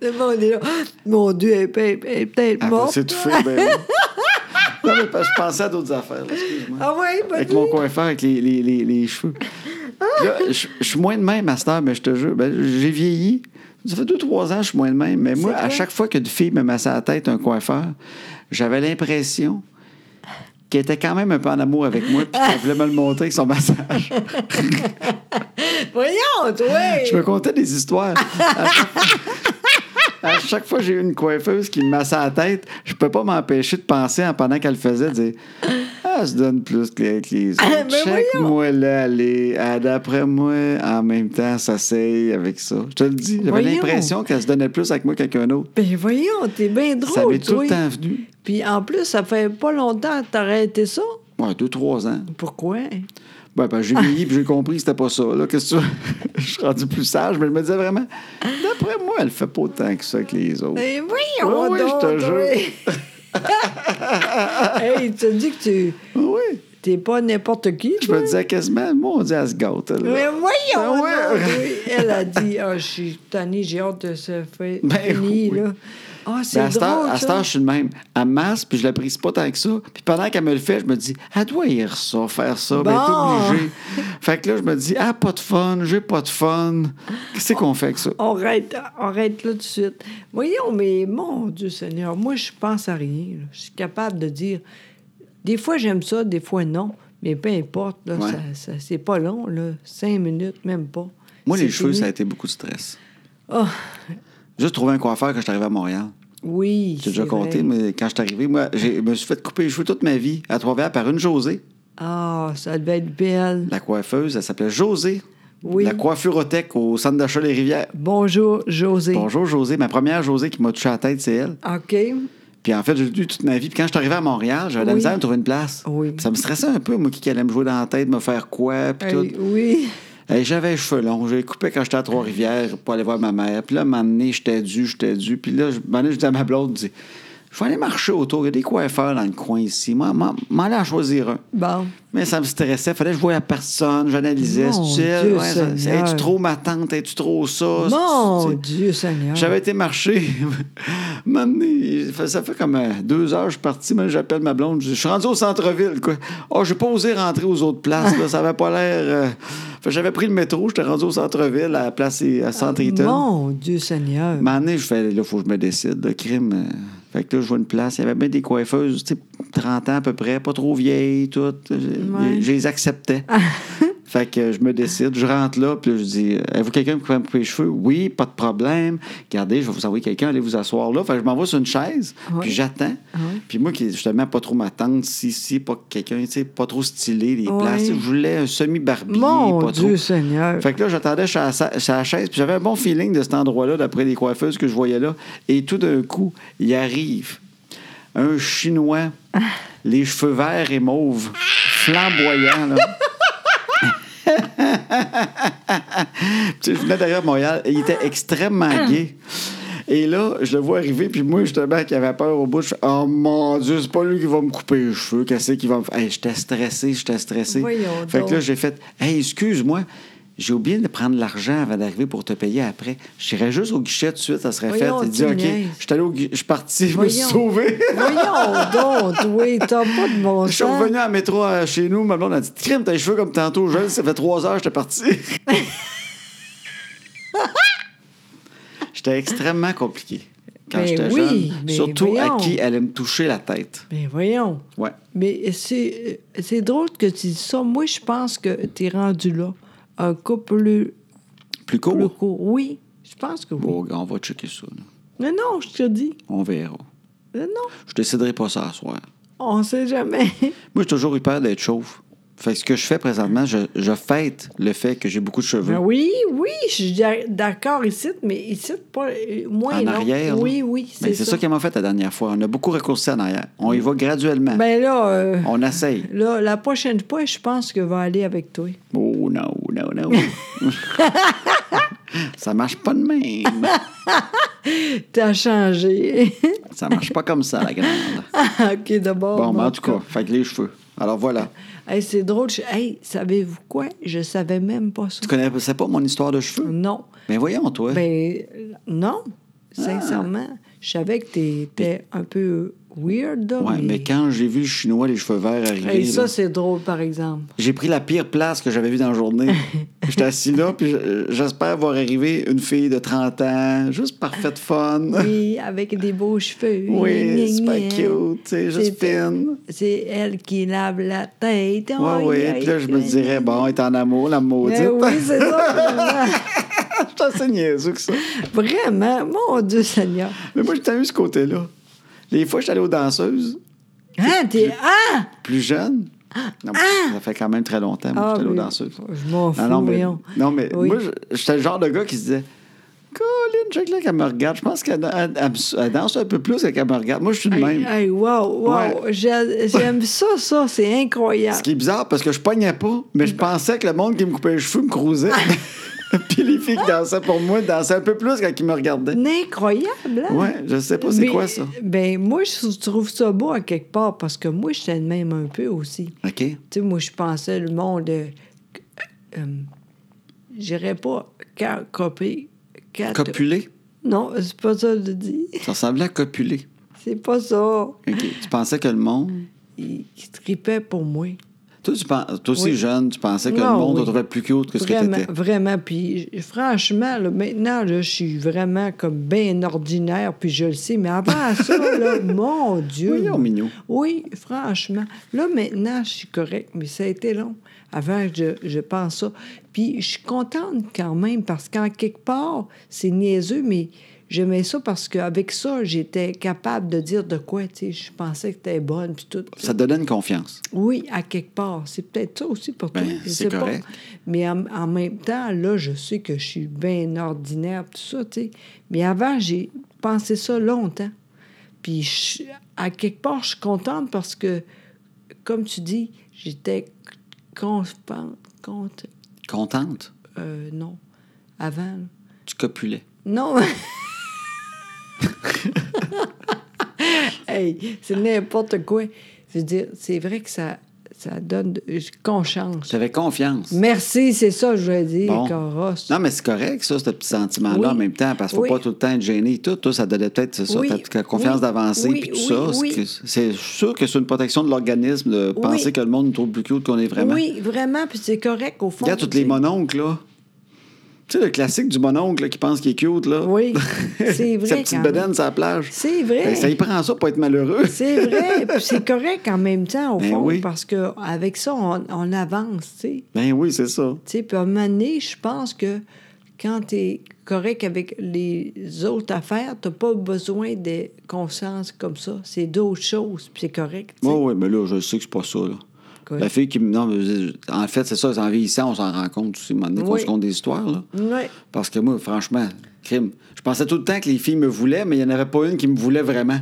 [SPEAKER 2] Le monde est là. Mon Dieu, elle est pe- elle est peut-être
[SPEAKER 1] Elle va
[SPEAKER 2] morte.
[SPEAKER 1] s'étouffer, ben oui. Non, mais parce que je pensais à d'autres affaires, là, excuse-moi.
[SPEAKER 2] Ah ouais, pas
[SPEAKER 1] Avec
[SPEAKER 2] de-
[SPEAKER 1] mon coiffeur, avec les, les, les, les cheveux.
[SPEAKER 2] Ah!
[SPEAKER 1] Là, je je suis moins de même, Master, mais je te jure. ben, j'ai vieilli. Ça fait deux, trois ans que je suis moins de même. Mais moi,
[SPEAKER 2] C'est
[SPEAKER 1] à
[SPEAKER 2] vrai?
[SPEAKER 1] chaque fois qu'une fille me massait la tête, un coiffeur, j'avais l'impression qu'elle était quand même un peu en amour avec moi, puis qu'elle voulait me le montrer avec son massage.
[SPEAKER 2] Voyons,
[SPEAKER 1] Je me
[SPEAKER 2] toi.
[SPEAKER 1] contais des histoires. À chaque fois- À chaque fois que j'ai eu une coiffeuse qui me massait la tête, je peux pas m'empêcher de penser en pendant qu'elle le faisait, de dire Ah, je donne plus que les, que les
[SPEAKER 2] Ah,
[SPEAKER 1] autres.
[SPEAKER 2] ben
[SPEAKER 1] Check-moi là, aller. Ah, D'après moi, en même temps, ça s'essaye avec ça. Je te le dis, j'avais
[SPEAKER 2] Voyons.
[SPEAKER 1] l'impression qu'elle se donnait plus avec moi qu'avec un autre.
[SPEAKER 2] Ben voyons, t'es bien drôle,
[SPEAKER 1] ça m'est tout
[SPEAKER 2] toi.
[SPEAKER 1] le temps venu.
[SPEAKER 2] Puis en plus, ça fait pas longtemps que t'aurais été ça.
[SPEAKER 1] Ouais, deux, trois ans.
[SPEAKER 2] Pourquoi?
[SPEAKER 1] Ben, ben, j'ai vieilli puis j'ai compris que c'était pas ça. Là, qu'est-ce que tu veux? Je suis rendu plus sage, mais je me disais vraiment, d'après moi, elle fait pas autant que ça que les autres.
[SPEAKER 2] Eh oui,
[SPEAKER 1] Ah
[SPEAKER 2] on
[SPEAKER 1] oui, je te
[SPEAKER 2] hey, tu as dit que tu
[SPEAKER 1] Ah Oui.
[SPEAKER 2] t'es pas n'importe qui.
[SPEAKER 1] Je me
[SPEAKER 2] toi.
[SPEAKER 1] disais quasiment, mon Dieu, elle se gâte. elle, là.
[SPEAKER 2] Mais voyons,
[SPEAKER 1] Ben ouais.
[SPEAKER 2] donc, oui. elle a dit, ah, je suis tannée, j'ai hâte de se faire
[SPEAKER 1] Ben
[SPEAKER 2] fini,
[SPEAKER 1] oui.
[SPEAKER 2] là. Ah,
[SPEAKER 1] Mais
[SPEAKER 2] c'est
[SPEAKER 1] à cette heure,
[SPEAKER 2] drôle,
[SPEAKER 1] à cette heure,
[SPEAKER 2] ça.
[SPEAKER 1] je suis le même. Elle me masse, puis je l'apprécie pas tant que ça. Puis pendant qu'elle me le fait, je me dis, elle doit lire ça, faire ça, ben, elle est
[SPEAKER 2] Bon.
[SPEAKER 1] obligée. fait que là, je me dis, ah, pas de fun, j'ai pas de fun. Qu'est-ce qu'on fait avec ça?
[SPEAKER 2] On arrête, on arrête là tout de suite. Voyons, mais mon Dieu Seigneur, moi, je pense à rien. là. Je suis capable de dire, des fois, j'aime ça, des fois, non. Mais peu importe, là,
[SPEAKER 1] Ouais.
[SPEAKER 2] ça- ça- c'est pas long, là. Cinq minutes, même pas.
[SPEAKER 1] Moi, les
[SPEAKER 2] C'est
[SPEAKER 1] cheveux,
[SPEAKER 2] fini.
[SPEAKER 1] ça a été beaucoup de stress.
[SPEAKER 2] Ah,
[SPEAKER 1] Juste trouver un coiffeur quand je suis arrivé à Montréal.
[SPEAKER 2] oui.
[SPEAKER 1] J'ai déjà
[SPEAKER 2] c'est
[SPEAKER 1] compté,
[SPEAKER 2] vrai.
[SPEAKER 1] mais quand je suis arrivé, moi, j'ai- je me suis fait couper les cheveux toute ma vie à Trois-Rivières par une Josée.
[SPEAKER 2] Ah, ça devait être belle.
[SPEAKER 1] La coiffeuse, elle s'appelait Josée.
[SPEAKER 2] Oui.
[SPEAKER 1] La coiffurothèque au centre d'achat Les Rivières.
[SPEAKER 2] Bonjour, José.
[SPEAKER 1] Bonjour Josée. Ma première Josée qui m'a touché à la tête, c'est elle.
[SPEAKER 2] OK.
[SPEAKER 1] Puis en fait, j'ai lu toute ma vie. Puis quand je suis arrivé à Montréal, j'avais de la
[SPEAKER 2] Oui.
[SPEAKER 1] misère à trouver une place.
[SPEAKER 2] Oui.
[SPEAKER 1] Ça me stressait un peu, moi, qui allait me jouer dans la tête, me faire quoi, puis
[SPEAKER 2] Hey,
[SPEAKER 1] tout.
[SPEAKER 2] oui.
[SPEAKER 1] Hey, j'avais les cheveux longs. J'ai coupé quand j'étais à Trois-Rivières pour aller voir ma mère. Puis là, m'amener, j'étais dû, j'étais dû. Puis là, je m'en ai dit à ma blonde, je dis, je vais aller marcher autour. Il y a des coiffeurs dans le coin ici. Moi, m'en m'en aller en choisir un.
[SPEAKER 2] Bon.
[SPEAKER 1] Mais ça me stressait. Fallait que je voie la personne, j'analysais.
[SPEAKER 2] Mon
[SPEAKER 1] C'est-tu elle?
[SPEAKER 2] Dieu
[SPEAKER 1] Ouais, ça-
[SPEAKER 2] Seigneur.
[SPEAKER 1] Es-tu trop ma tante? Es-tu trop ça?
[SPEAKER 2] Mon
[SPEAKER 1] C'est-
[SPEAKER 2] Dieu Seigneur.
[SPEAKER 1] j'avais été marcher. M'amener. Ça fait- Ça fait comme euh, deux heures, je suis parti. mais J'appelle ma blonde. Je dis, Je suis rendu au centre-ville. quoi. Oh, j'ai pas osé rentrer aux autres places. là. Ça avait pas l'air. euh. Fait que J'avais pris le métro. J'étais rendu au centre-ville, à la place à Centre-Eaton.
[SPEAKER 2] Ah, Mon Dieu Seigneur.
[SPEAKER 1] M'amener, je fais là, faut que je me décide. Le crime. euh. Fait que là, je vois une place. Il y avait bien des coiffeuses, tu sais, 30 ans à peu près, pas trop vieilles, toutes. Je- Je les acceptais. Fait que euh, je me décide, je rentre là, puis là, je dis euh, Avez-vous quelqu'un qui peut me couper les cheveux Oui, pas de problème. Regardez, je vais vous envoyer quelqu'un, allez vous asseoir là. Fait que je m'envoie sur une chaise,
[SPEAKER 2] Ouais.
[SPEAKER 1] puis j'attends. Puis moi, qui justement, pas trop m'attendre, si, si, pas quelqu'un, tu sais, pas trop stylé, les
[SPEAKER 2] Ouais.
[SPEAKER 1] places. Je voulais un semi-barbier,
[SPEAKER 2] Mon
[SPEAKER 1] pas trop.
[SPEAKER 2] Dieu Seigneur.
[SPEAKER 1] Fait que là, j'attendais sur la, sa- sur la chaise, puis j'avais un bon feeling de cet endroit-là, d'après les coiffeuses que je voyais là. Et tout d'un coup, il arrive un Chinois, les cheveux verts et mauves, flamboyant, là. Tu sais, je venais d'ailleurs à Montréal, et il était extrêmement
[SPEAKER 2] Ah.
[SPEAKER 1] gay. Et là, je le vois arriver, puis moi, justement, qui avait peur au bout, je fais Oh mon Dieu, c'est pas lui qui va me couper les cheveux, qu'est-ce qu'il va me faire? Hey, j'étais stressé, j'étais stressé.
[SPEAKER 2] Voyons
[SPEAKER 1] fait que là,
[SPEAKER 2] donc.
[SPEAKER 1] j'ai fait Hey, excuse-moi, j'ai oublié de prendre l'argent avant d'arriver pour te payer après. Je serais juste au guichet tout de suite, ça serait
[SPEAKER 2] Voyons,
[SPEAKER 1] fait. Il dit
[SPEAKER 2] tu
[SPEAKER 1] OK,
[SPEAKER 2] niaises.
[SPEAKER 1] je suis allé au gui- je suis parti, je me suis
[SPEAKER 2] Voyons.
[SPEAKER 1] sauvé.
[SPEAKER 2] Voyons donc, oui, t'as pas de bon
[SPEAKER 1] Je suis
[SPEAKER 2] sens.
[SPEAKER 1] revenu en métro euh, chez nous, ma blonde a dit Crime, t'as les cheveux comme tantôt, je le sais, ça fait trois heures, j'étais parti. j'étais extrêmement compliqué quand
[SPEAKER 2] Mais
[SPEAKER 1] j'étais
[SPEAKER 2] Ben oui,
[SPEAKER 1] jeune.
[SPEAKER 2] mais
[SPEAKER 1] Surtout
[SPEAKER 2] voyons.
[SPEAKER 1] à qui allait me toucher la tête.
[SPEAKER 2] Mais Ben, voyons.
[SPEAKER 1] Ouais.
[SPEAKER 2] Mais c'est c'est drôle que tu dis ça. Moi, je pense que t'es rendu là. Un couple plus,
[SPEAKER 1] Plus court.
[SPEAKER 2] plus court. Oui, je pense que oui.
[SPEAKER 1] Bon, on va checker ça. là.
[SPEAKER 2] Mais non, je te dis.
[SPEAKER 1] On verra.
[SPEAKER 2] Mais non,
[SPEAKER 1] Je déciderai pas ça à soir.
[SPEAKER 2] on sait jamais.
[SPEAKER 1] Moi, j'ai toujours eu peur d'être chauve. Fait que ce que je fais présentement, je, je fête le fait que j'ai beaucoup de cheveux.
[SPEAKER 2] Ben oui, oui, je suis d'a- d'accord ici, mais ici, pas, euh, moins
[SPEAKER 1] en
[SPEAKER 2] long.
[SPEAKER 1] arrière. là.
[SPEAKER 2] Oui, oui,
[SPEAKER 1] Mais
[SPEAKER 2] c'est
[SPEAKER 1] c'est
[SPEAKER 2] ça.
[SPEAKER 1] ça qu'elle m'a fait la dernière fois. On a beaucoup raccourci en arrière. On y va graduellement.
[SPEAKER 2] Ben là, euh,
[SPEAKER 1] On essaye.
[SPEAKER 2] là, la prochaine fois, je pense que va aller avec toi.
[SPEAKER 1] Oh non, non, non. ça marche pas de même.
[SPEAKER 2] T'as changé. Ah,
[SPEAKER 1] Ça marche pas comme ça, la grande.
[SPEAKER 2] OK, d'abord.
[SPEAKER 1] Bon, mais
[SPEAKER 2] Oh mon
[SPEAKER 1] en tout cas, fait que les cheveux. Alors voilà.
[SPEAKER 2] Hey, c'est drôle. je- Hey, savez-vous quoi? Je savais même pas ça.
[SPEAKER 1] Tu connaissais pas mon histoire de cheveux?
[SPEAKER 2] Non.
[SPEAKER 1] Mais voyons, toi.
[SPEAKER 2] Ben, euh, non.
[SPEAKER 1] Ah.
[SPEAKER 2] Sincèrement, je savais que t'étais un peu weird, là,
[SPEAKER 1] ouais, mais quand j'ai vu le chinois, les cheveux verts arriver.
[SPEAKER 2] Hey, ça,
[SPEAKER 1] là,
[SPEAKER 2] c'est drôle, par exemple.
[SPEAKER 1] J'ai pris la pire place que j'avais vue dans la journée. J'étais assis là, puis je- j'espère voir arriver une fille de 30 ans, juste parfaite fun.
[SPEAKER 2] Oui, avec des beaux cheveux.
[SPEAKER 1] Oui,
[SPEAKER 2] Gna,
[SPEAKER 1] super
[SPEAKER 2] gna.
[SPEAKER 1] cute, tu sais, juste
[SPEAKER 2] C'est-
[SPEAKER 1] fine.
[SPEAKER 2] C'est elle qui lave la tête.
[SPEAKER 1] Ouais, ouais. Puis là, je me dirais, bon, elle est en amour, la maudite.
[SPEAKER 2] Ben oui, c'est ça.
[SPEAKER 1] je suis assez niaiseux que ça.
[SPEAKER 2] Vraiment, mon Dieu Seigneur.
[SPEAKER 1] Mais moi, j'étais eu ce côté-là. Les fois, j'étais allé aux danseuses,
[SPEAKER 2] Hein, t'es. Ah!
[SPEAKER 1] plus jeune. Non, Ça fait quand même très longtemps, moi,
[SPEAKER 2] Ah,
[SPEAKER 1] j'étais allé aux
[SPEAKER 2] mais-
[SPEAKER 1] danseuses.
[SPEAKER 2] Je m'en fous,
[SPEAKER 1] Ah, non, mais,
[SPEAKER 2] voyons.
[SPEAKER 1] non, mais
[SPEAKER 2] Oui.
[SPEAKER 1] moi, je- j'étais le genre de gars qui se disait Colin, check là qu'elle me regarde. Je pense qu'elle elle- elle me- elle danse un peu plus qu'elle me regarde. Moi, je suis de même.
[SPEAKER 2] Hey, hey, wow, wow. J'a- J'aime ça, ça, c'est
[SPEAKER 1] Ce
[SPEAKER 2] incroyable.
[SPEAKER 1] qui est bizarre parce que je pognais pas, mais je pensais que le monde qui me coupait les cheveux me crousait.
[SPEAKER 2] Ah!
[SPEAKER 1] Puis les filles qui dansaient pour moi dansaient un peu plus quand ils me regardaient.
[SPEAKER 2] C'est incroyable, hein?
[SPEAKER 1] Ouais, je sais pas c'est
[SPEAKER 2] Mais-
[SPEAKER 1] quoi ça.
[SPEAKER 2] Ben, moi, je trouve ça beau à quelque part parce que moi, j'étais de même un peu aussi.
[SPEAKER 1] OK.
[SPEAKER 2] Tu sais, moi, je pensais le monde. Euh, euh, J'irais pas ca- copier. cat-
[SPEAKER 1] Copuler.
[SPEAKER 2] Non, c'est pas ça que je dis.
[SPEAKER 1] Ça ressemblait à copuler.
[SPEAKER 2] C'est pas ça.
[SPEAKER 1] OK. Tu pensais que le
[SPEAKER 2] Mm.
[SPEAKER 1] monde.
[SPEAKER 2] Il, il tripait pour moi.
[SPEAKER 1] Toi, tu penses... Toi aussi
[SPEAKER 2] Oui.
[SPEAKER 1] jeune, tu pensais que
[SPEAKER 2] Non,
[SPEAKER 1] le monde
[SPEAKER 2] oui.
[SPEAKER 1] te trouvait plus cute que ce
[SPEAKER 2] vraiment,
[SPEAKER 1] que t'étais.
[SPEAKER 2] vraiment. Puis je- franchement, là, maintenant, là, je suis vraiment comme bien ordinaire, puis je le sais. Mais avant ça, là, mon Dieu.
[SPEAKER 1] Voyons, mignon.
[SPEAKER 2] Oui, franchement. Là, maintenant, je suis correcte, mais ça a été long avant que je, je pense ça. Puis je suis contente quand même, parce qu'en quelque part, c'est niaiseux, mais j'aimais ça parce qu'avec ça, j'étais capable de dire de quoi, tu sais, je pensais que t'étais bonne, puis tout.
[SPEAKER 1] Ça te donnait une confiance.
[SPEAKER 2] Oui, à quelque part. C'est peut-être ça aussi pour toi.
[SPEAKER 1] Ben,
[SPEAKER 2] je
[SPEAKER 1] c'est
[SPEAKER 2] sais pas.
[SPEAKER 1] correct.
[SPEAKER 2] Mais en, en même temps, là, je sais que je suis bien ordinaire, tout ça, tu sais. Mais avant, j'ai pensé ça longtemps. Puis, je- à quelque part, je suis contente parce que, comme tu dis, j'étais confiante. Compte,
[SPEAKER 1] Contente,
[SPEAKER 2] euh, non, avant. là.
[SPEAKER 1] tu copulais.
[SPEAKER 2] Non. hey, c'est n'importe quoi. Je veux dire, c'est vrai que ça, ça donne de- conscience.
[SPEAKER 1] J'avais confiance.
[SPEAKER 2] Merci, c'est ça que je voulais dire,
[SPEAKER 1] Bon.
[SPEAKER 2] Coros.
[SPEAKER 1] Non, mais c'est correct, ça, ce petit sentiment-là
[SPEAKER 2] Oui.
[SPEAKER 1] en même temps, parce qu'il ne
[SPEAKER 2] Oui.
[SPEAKER 1] faut pas tout le temps être gêné et tout. Toi, ça donnait peut-être, c'est ça,
[SPEAKER 2] Oui.
[SPEAKER 1] ta- ta confiance
[SPEAKER 2] Oui.
[SPEAKER 1] d'avancer
[SPEAKER 2] Oui,
[SPEAKER 1] puis tout
[SPEAKER 2] oui,
[SPEAKER 1] ça.
[SPEAKER 2] oui.
[SPEAKER 1] C'est que- C'est sûr que c'est une protection de l'organisme de
[SPEAKER 2] Oui.
[SPEAKER 1] penser que le monde nous trouve plus cute qu'on est vraiment.
[SPEAKER 2] Oui, vraiment, puis c'est correct au fond.
[SPEAKER 1] Regarde tous les
[SPEAKER 2] c'est-
[SPEAKER 1] mononcles, là. Tu sais, le classique du mononcle là, qui pense qu'il est cute, là.
[SPEAKER 2] Oui, c'est vrai.
[SPEAKER 1] Sa petite
[SPEAKER 2] quand même.
[SPEAKER 1] bedaine sur la plage.
[SPEAKER 2] C'est vrai.
[SPEAKER 1] Ben, ça y prend ça pour être malheureux.
[SPEAKER 2] C'est vrai, puis c'est correct en même temps, au
[SPEAKER 1] Ben
[SPEAKER 2] fond,
[SPEAKER 1] oui.
[SPEAKER 2] parce qu'avec ça, on, on avance, tu sais.
[SPEAKER 1] Ben oui, c'est ça.
[SPEAKER 2] Tu sais, puis à un moment donné, je pense que quand tu es correct avec les autres affaires, tu pas besoin de conscience comme ça. C'est d'autres choses, puis c'est correct. tu sais.
[SPEAKER 1] Oui, oui, mais là, je sais que c'est pas ça, là.
[SPEAKER 2] Quoi?
[SPEAKER 1] La fille qui me. Non, mais je veux dire, en fait, c'est ça, en vieillissant, on s'en rend compte aussi. Maintenant qu'on
[SPEAKER 2] Oui.
[SPEAKER 1] se compte des histoires, là.
[SPEAKER 2] Ouais.
[SPEAKER 1] Parce que moi, franchement, crime. Je pensais tout le temps que les filles me voulaient, mais il n'y en avait pas une qui me voulait vraiment.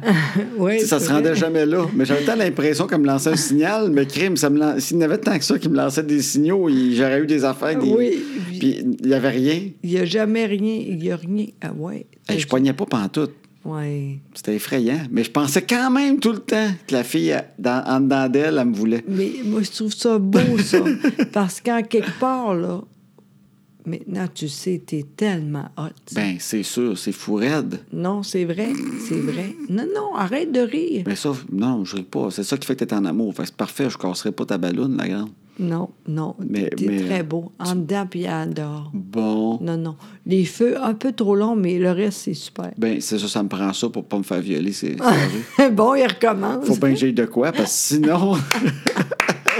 [SPEAKER 2] Ouais,
[SPEAKER 1] Tu sais, ça se
[SPEAKER 2] c'est vrai.
[SPEAKER 1] rendait jamais là. Mais j'avais tant l'impression qu'elle me lançait un signal, mais crime, ça me lan- s'il y en avait tant que ça qui me lançait des signaux, il- j'aurais eu des affaires. Des...
[SPEAKER 2] Oui.
[SPEAKER 1] Puis il n'y avait rien.
[SPEAKER 2] Il n'y a jamais rien, il n'y a rien. Ah ouais.
[SPEAKER 1] Hey, je poignais pas pantoute.
[SPEAKER 2] Ouais.
[SPEAKER 1] C'était effrayant. Mais je pensais quand même tout le temps que la fille, elle, dans, en dedans d'elle, elle me voulait.
[SPEAKER 2] Mais moi, je trouve ça beau, ça. parce qu'en quelque part, là, maintenant, tu sais, tu es tellement hot.
[SPEAKER 1] Ben, c'est sûr, c'est fou raide.
[SPEAKER 2] Non, c'est vrai, c'est vrai. Non, non, arrête de rire.
[SPEAKER 1] Mais Ben, ça, non, je ris pas. C'est ça qui fait que t'es en amour. Fait que c'est parfait, je casserai pas ta balloune, la grande.
[SPEAKER 2] Non, non.
[SPEAKER 1] Mais-
[SPEAKER 2] T'es
[SPEAKER 1] mais-
[SPEAKER 2] très beau. En dedans puis en dehors.
[SPEAKER 1] Bon.
[SPEAKER 2] Non, non. Les feux, un peu trop longs, mais le reste, c'est super.
[SPEAKER 1] Ben, c'est ça, ça me prend ça pour pas me faire violer. C'est, c'est vrai.
[SPEAKER 2] bon, il recommence.
[SPEAKER 1] Faut bien que j'aille de quoi, parce que sinon. ah,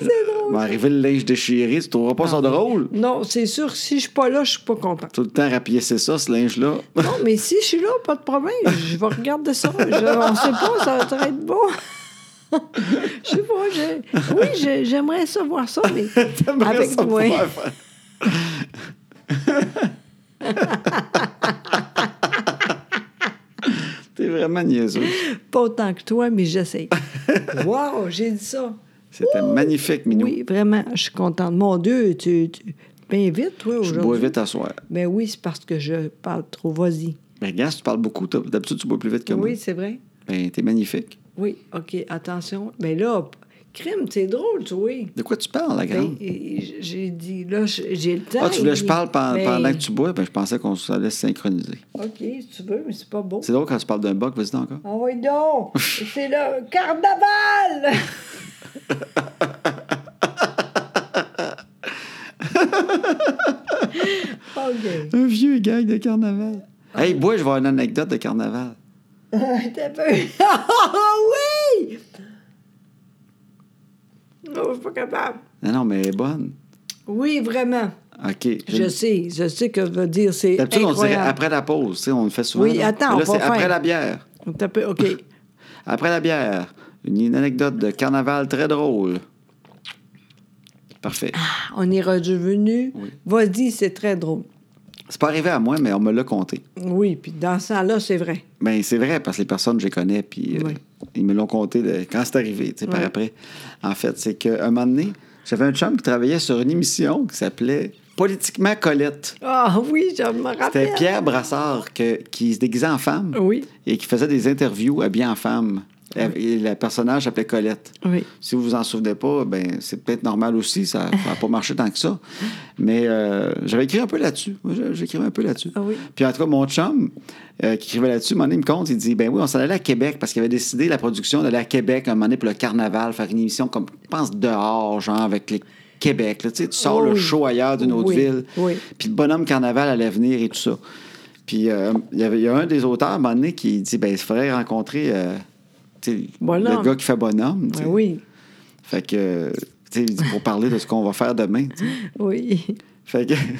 [SPEAKER 1] c'est drôle. Ah. Va arriver le linge déchiré, tu trouveras pas ça drôle.
[SPEAKER 2] Non, c'est sûr, si je suis pas là, je suis pas content.
[SPEAKER 1] Tout le temps rapiécer ça, ce linge-là.
[SPEAKER 2] Non, mais si je suis là, pas de problème. Je vais regarder ça. Je- on sait pas, ça va être beau. je sais pas. je- oui, je- j'aimerais ça voir ça, mais
[SPEAKER 1] T'aimerais
[SPEAKER 2] avec
[SPEAKER 1] ça
[SPEAKER 2] moi.
[SPEAKER 1] pouvoir faire. T'es vraiment niaiseux.
[SPEAKER 2] Pas autant que toi, mais j'essaie. wow, j'ai dit ça.
[SPEAKER 1] C'était magnifique, Minou.
[SPEAKER 2] Oui, vraiment, je suis contente. Mon Dieu, tu, tu bien vite, toi,
[SPEAKER 1] je bois
[SPEAKER 2] aujourd'hui.
[SPEAKER 1] vite à soir.
[SPEAKER 2] Ben oui, c'est parce que je parle trop. Vas-y.
[SPEAKER 1] Mais regarde, si tu parles beaucoup. t'as- D'habitude, tu bois plus vite que moi.
[SPEAKER 2] Oui, c'est vrai.
[SPEAKER 1] Ben, t'es magnifique.
[SPEAKER 2] Oui, OK, attention. Mais là, p- crime, c'est drôle, tu vois.
[SPEAKER 1] De quoi tu parles, la
[SPEAKER 2] Ben,
[SPEAKER 1] grande?
[SPEAKER 2] et- et j'ai dit, là, j- j'ai le temps.
[SPEAKER 1] Ah, tu voulais que je
[SPEAKER 2] il-
[SPEAKER 1] parle pen-
[SPEAKER 2] ben,
[SPEAKER 1] pendant que tu bois? Ben, je pensais qu'on allait se synchroniser.
[SPEAKER 2] OK, si tu veux, mais c'est pas beau.
[SPEAKER 1] C'est drôle quand tu parles d'un boc, vas-y donc encore.
[SPEAKER 2] Ah oui, donc! c'est le carnaval! OK.
[SPEAKER 1] Un vieux gag de carnaval. Hey, bois, je vais avoir une anecdote de carnaval.
[SPEAKER 2] T'as peu. Ah oui! Non, je suis pas capable.
[SPEAKER 1] Non, non, mais elle est bonne.
[SPEAKER 2] Oui, vraiment.
[SPEAKER 1] OK.
[SPEAKER 2] Je sais, je sais que veut dire c'est
[SPEAKER 1] D'habitude, on dirait
[SPEAKER 2] incroyable.
[SPEAKER 1] après la pause. tu sais, on le fait souvent.
[SPEAKER 2] Oui,
[SPEAKER 1] là.
[SPEAKER 2] attends,
[SPEAKER 1] Mais là,
[SPEAKER 2] on va
[SPEAKER 1] c'est après
[SPEAKER 2] faire.
[SPEAKER 1] la bière.
[SPEAKER 2] T'as peu- OK.
[SPEAKER 1] Après la bière, une, une anecdote de carnaval très drôle. Parfait.
[SPEAKER 2] Ah, On est redevenu.
[SPEAKER 1] Oui.
[SPEAKER 2] Vas-y, c'est très drôle.
[SPEAKER 1] C'est pas arrivé à moi, mais on me l'a conté.
[SPEAKER 2] Oui, puis dans ce temps-là, c'est vrai.
[SPEAKER 1] Ben, c'est vrai, parce que les personnes, je les connais, puis euh,
[SPEAKER 2] Oui.
[SPEAKER 1] ils me l'ont conté de- quand c'est arrivé, tu sais, par
[SPEAKER 2] Oui.
[SPEAKER 1] après. En fait, c'est qu'à un moment donné, j'avais un chum qui travaillait sur une émission qui s'appelait Politiquement Colette.
[SPEAKER 2] Ah oui, je me rappelle.
[SPEAKER 1] C'était Pierre Brassard que- qui se déguisait en femme
[SPEAKER 2] Ah, Oui,
[SPEAKER 1] et qui faisait des interviews habillé en femme. Et le personnage s'appelait Colette.
[SPEAKER 2] oui.
[SPEAKER 1] Si vous vous en souvenez pas, ben c'est peut-être normal aussi, ça n'a pas marché tant que ça. Mais euh, j'avais écrit un peu là-dessus. Moi, je- J'écrivais un peu là-dessus.
[SPEAKER 2] Ah oui.
[SPEAKER 1] Puis en tout cas, mon chum euh, qui écrivait là-dessus, mon il me compte, il dit ben oui, on s'en allait à Québec parce qu'il avait décidé la production d'aller à Québec un moment donné pour le carnaval, faire une émission comme je pense dehors, genre avec les Québec. là. Tu sais, tu sors
[SPEAKER 2] Oh
[SPEAKER 1] le
[SPEAKER 2] oui.
[SPEAKER 1] show ailleurs d'une autre
[SPEAKER 2] Oui,
[SPEAKER 1] ville.
[SPEAKER 2] oui.
[SPEAKER 1] Puis le bonhomme carnaval allait venir et tout ça. Puis euh, il y avait- il y a un des auteurs, à un moment donné, qui dit ben il faudrait rencontrer euh, tu sais, le
[SPEAKER 2] Bonhomme.
[SPEAKER 1] gars qui fait bonhomme. tu
[SPEAKER 2] Ben
[SPEAKER 1] sais.
[SPEAKER 2] oui,
[SPEAKER 1] Fait que, tu sais, il dit pour parler de ce qu'on va faire demain. tu sais.
[SPEAKER 2] oui.
[SPEAKER 1] Fait que. Ils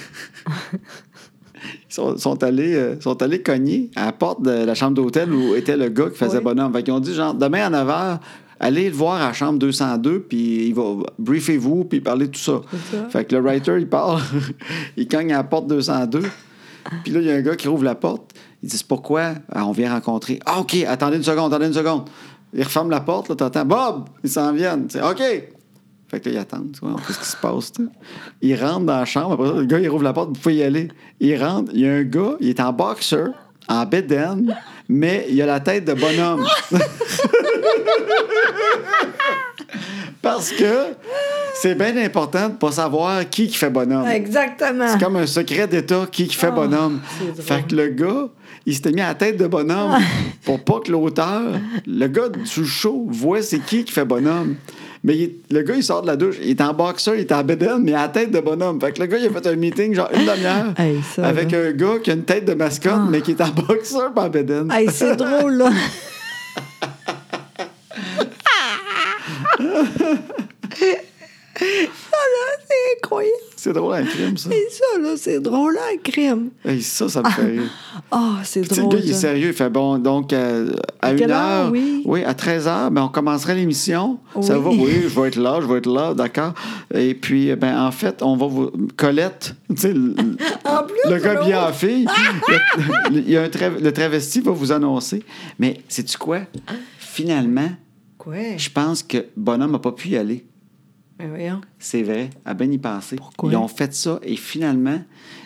[SPEAKER 1] sont, sont allés, euh, sont allés cogner à la porte de la chambre d'hôtel où était le gars qui faisait
[SPEAKER 2] Ouais.
[SPEAKER 1] bonhomme. Fait qu'ils ont dit, genre, demain à 9h, allez le voir à la chambre 202, puis il va briefez-vous, puis parlez de tout ça.
[SPEAKER 2] C'est ça.
[SPEAKER 1] Fait que le writer, il part, il cogne à la porte 202, puis là, il y a un gars qui rouvre la porte. Il dit, c'est pourquoi Ah, on vient rencontrer. Ah, OK, attendez une seconde, attendez une seconde. Il referme la porte, là, t'entends, Bob, ils s'en viennent. C'est OK. Fait que là, ils attendent, tu vois, on sait ce qui se passe. tu sais. Ils rentrent dans la chambre, après ça, le gars, il rouvre la porte, vous pouvez y aller. Il rentre, il y a un gars, il est en boxer, en bedaine, mais il a la tête de bonhomme. Parce que c'est bien important de pas savoir qui qui fait bonhomme.
[SPEAKER 2] Exactement.
[SPEAKER 1] C'est comme un secret d'État qui, qui fait
[SPEAKER 2] Ah,
[SPEAKER 1] bonhomme.
[SPEAKER 2] c'est Ah. drôle.
[SPEAKER 1] Fait que le gars, il s'était mis à la tête de bonhomme pour pas que l'auteur, le gars du show, voit c'est qui qui fait bonhomme. Mais il- le gars, il sort de la douche, il est en boxeur, il est en bedaine, mais à la tête de bonhomme. Fait que le gars, il a fait un meeting, genre une demi-heure,
[SPEAKER 2] Hey, ça,
[SPEAKER 1] avec
[SPEAKER 2] là. Ah.
[SPEAKER 1] un gars qui a une tête de mascotte, mais qui est en boxeur, pas en bedaine.
[SPEAKER 2] Hey, c'est drôle, là. ça, Ah, là, c'est incroyable.
[SPEAKER 1] C'est drôle, un crime, ça.
[SPEAKER 2] Et ça, là, c'est drôle, hein, crime.
[SPEAKER 1] Hey, ça, ça me fait rire.
[SPEAKER 2] Ah, c'est
[SPEAKER 1] Tu sais, le
[SPEAKER 2] drôle.
[SPEAKER 1] gars, il est
[SPEAKER 2] ça.
[SPEAKER 1] sérieux. Il fait bon, donc, euh, à,
[SPEAKER 2] À
[SPEAKER 1] une
[SPEAKER 2] quelle
[SPEAKER 1] heure,
[SPEAKER 2] heure,
[SPEAKER 1] oui.
[SPEAKER 2] oui?
[SPEAKER 1] à 13 h, ben, on commencerait l'émission. Ça
[SPEAKER 2] Oui.
[SPEAKER 1] va, oui, je vais être là, je vais être là, d'accord. Et puis, ben, en fait, on va vous. Colette, tu sais, le,
[SPEAKER 2] En plus,
[SPEAKER 1] le gars
[SPEAKER 2] l'autre.
[SPEAKER 1] bien en fille, le, le- il y a un tra- le travesti va vous annoncer. Mais, sais-tu quoi? Finalement,
[SPEAKER 2] Quoi?
[SPEAKER 1] je pense que Bonhomme n'a pas pu y aller.
[SPEAKER 2] Mais voyons.
[SPEAKER 1] C'est vrai, à ben y penser.
[SPEAKER 2] Pourquoi?
[SPEAKER 1] Ils ont fait ça et finalement,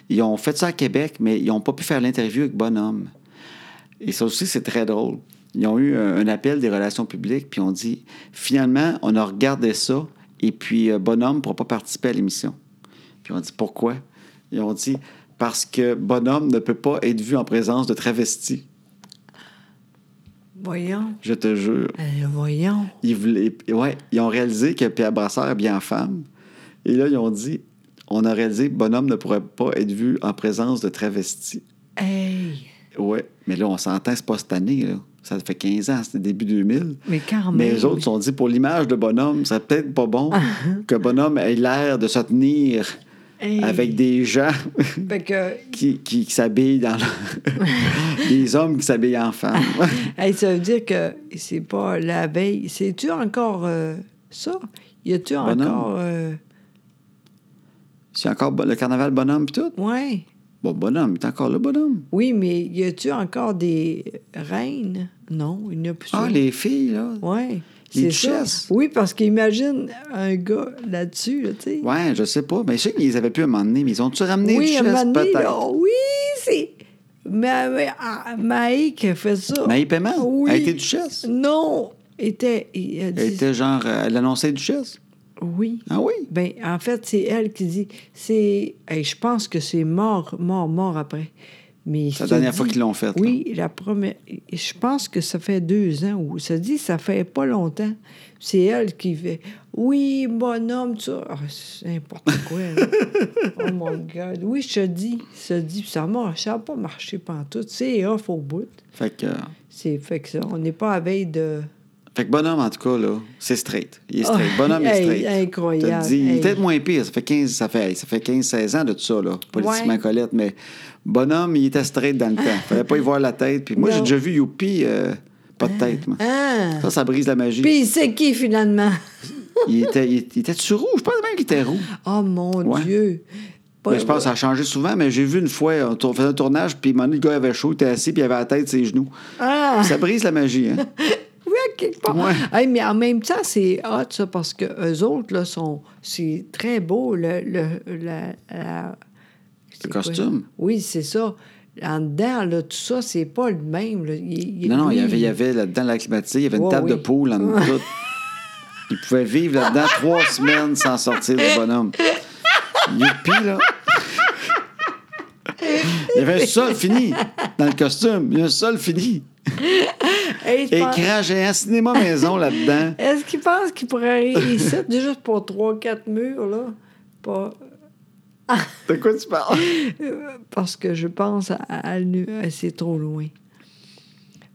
[SPEAKER 1] ils ont fait ça à Québec, mais ils n'ont pas pu faire l'interview avec Bonhomme. Et ça aussi, c'est très drôle. Ils ont eu un, un appel des relations publiques, puis on dit finalement, on a regardé ça et puis euh, Bonhomme ne pourra pas participer à l'émission. Puis on dit pourquoi Ils ont dit parce que Bonhomme ne peut pas être vu en présence de travestis.
[SPEAKER 2] Voyons.
[SPEAKER 1] Je te jure.
[SPEAKER 2] Euh, voyons.
[SPEAKER 1] Ils, voulaient- ouais, ils ont réalisé que Pierre Brassard est bien en femme. Et là, ils ont dit on a réalisé que Bonhomme ne pourrait pas être vu en présence de travestis.
[SPEAKER 2] Hey.
[SPEAKER 1] Ouais, mais là, on s'entend, c'est pas cette année. Là. Ça fait 15 ans, c'était début 2000.
[SPEAKER 2] Oh, Mais quand même.
[SPEAKER 1] Mais les autres se sont dit pour l'image de Bonhomme, ça serait peut-être pas bon que Bonhomme ait l'air de se tenir
[SPEAKER 2] Hey.
[SPEAKER 1] avec des gens
[SPEAKER 2] Fait que,
[SPEAKER 1] qui, qui, qui s'habillent dans. le- des hommes qui s'habillent en femme.
[SPEAKER 2] hey, ça veut dire que c'est pas la veille. C'est-tu encore euh, ça? Y a-tu
[SPEAKER 1] Bonhomme.
[SPEAKER 2] encore. euh,
[SPEAKER 1] c'est encore bon- le carnaval Bonhomme pis tout.
[SPEAKER 2] Ouais.
[SPEAKER 1] Bon, Bonhomme, il est encore là, Bonhomme.
[SPEAKER 2] Oui, mais y a-tu encore des reines? Non, il n'y a plus
[SPEAKER 1] Ah,
[SPEAKER 2] ça.
[SPEAKER 1] les filles, là.
[SPEAKER 2] Ouais.
[SPEAKER 1] Les
[SPEAKER 2] C'est ça.
[SPEAKER 1] duchesses.
[SPEAKER 2] Oui, parce qu'imagine un gars là-dessus, là, tu sais.
[SPEAKER 1] Ouais, je sais pas. Mais je sais qu'ils avaient pu un moment donné, mais ils ont-tu ramené
[SPEAKER 2] oui,
[SPEAKER 1] une
[SPEAKER 2] un moment
[SPEAKER 1] chaise
[SPEAKER 2] donné, là,
[SPEAKER 1] peut-être?
[SPEAKER 2] oui, c'est. Ma, ma- ah, Maïk a fait ça.
[SPEAKER 1] Maï Paiement?
[SPEAKER 2] Oui.
[SPEAKER 1] Elle était duchesse?
[SPEAKER 2] Non, était. Il a dit,
[SPEAKER 1] Elle était genre, euh, elle annonçait duchesse.
[SPEAKER 2] Oui.
[SPEAKER 1] Ah oui?
[SPEAKER 2] Ben, en fait, c'est elle qui dit. C'est. hey, je pense que c'est mort, mort, mort après. Mais
[SPEAKER 1] C'est la
[SPEAKER 2] je te
[SPEAKER 1] dernière fois
[SPEAKER 2] dis-
[SPEAKER 1] qu'ils l'ont faite, là.
[SPEAKER 2] Oui, la première. Je pense que ça fait deux ans ou ça dit ça fait pas longtemps. C'est elle qui fait. Oui, bonhomme, tu. Ah, c'est n'importe quoi. là. oh mon God. Oui, je te dis, ça dit ça m'a, ça a pas marché pantoute. C'est off au bout.
[SPEAKER 1] Fait que, euh,
[SPEAKER 2] C'est fait que ça. On n'est pas à veille de.
[SPEAKER 1] fait que Bonhomme, en tout cas, là, c'est straight. Il est
[SPEAKER 2] Oh,
[SPEAKER 1] straight. bonhomme est
[SPEAKER 2] hey,
[SPEAKER 1] straight.
[SPEAKER 2] incroyable,
[SPEAKER 1] Je te le dis, Il est
[SPEAKER 2] hey.
[SPEAKER 1] peut-être moins pire. Ça fait 15, ça fait, hey, ça fait 15, 16 ans de tout ça, là. Politiquement
[SPEAKER 2] Ouais.
[SPEAKER 1] Colette, mais Bonhomme, il était straight dans le temps. Fallait pas y voir la tête. Puis moi, j'ai
[SPEAKER 2] Non.
[SPEAKER 1] déjà vu Youpi, euh, pas de tête, moi.
[SPEAKER 2] Ah!
[SPEAKER 1] Ça, ça brise la magie.
[SPEAKER 2] Puis c'est qui finalement?
[SPEAKER 1] Il était, il, il était-tu roux? Je pense même qu'il était roux.
[SPEAKER 2] Oh mon
[SPEAKER 1] Ouais.
[SPEAKER 2] Dieu! Pas-
[SPEAKER 1] Mais je pense que ça a changé souvent, mais j'ai vu une fois, on tour- faisait un tournage, puis à un moment donné, le gars avait chaud, il était assis, puis il avait la tête, ses genoux.
[SPEAKER 2] Ah!
[SPEAKER 1] Ça brise la magie, hein?
[SPEAKER 2] Oui, à quelque part.
[SPEAKER 1] Ouais.
[SPEAKER 2] Hey, mais en même temps, c'est hot, ça, parce que eux autres, là, sont. C'est très beau, le. Le, la- la- c'est quoi?
[SPEAKER 1] costume.
[SPEAKER 2] Oui, c'est ça. En dedans, là, tout ça, c'est pas le même. là. Il- il-
[SPEAKER 1] Non, non, il y
[SPEAKER 2] lui,
[SPEAKER 1] avait, il y avait là-dedans la climatisée, il y avait une
[SPEAKER 2] Ouais,
[SPEAKER 1] table de
[SPEAKER 2] oui.
[SPEAKER 1] poule en dessous. de tout. Il pouvait vivre là-dedans trois semaines sans sortir, le bonhomme. Youpi, là! Il y avait un sol fini dans le costume. Il y a un sol fini.
[SPEAKER 2] Hey, tu penses-
[SPEAKER 1] Écran géant, cinéma maison là-dedans.
[SPEAKER 2] Est-ce qu'ils pensent qu'ils pourraient arriver ici, juste pour trois, quatre murs, là? Pas-
[SPEAKER 1] De quoi tu parles?
[SPEAKER 2] Euh, Parce que je pense à, à- à nu- à- c'est trop loin.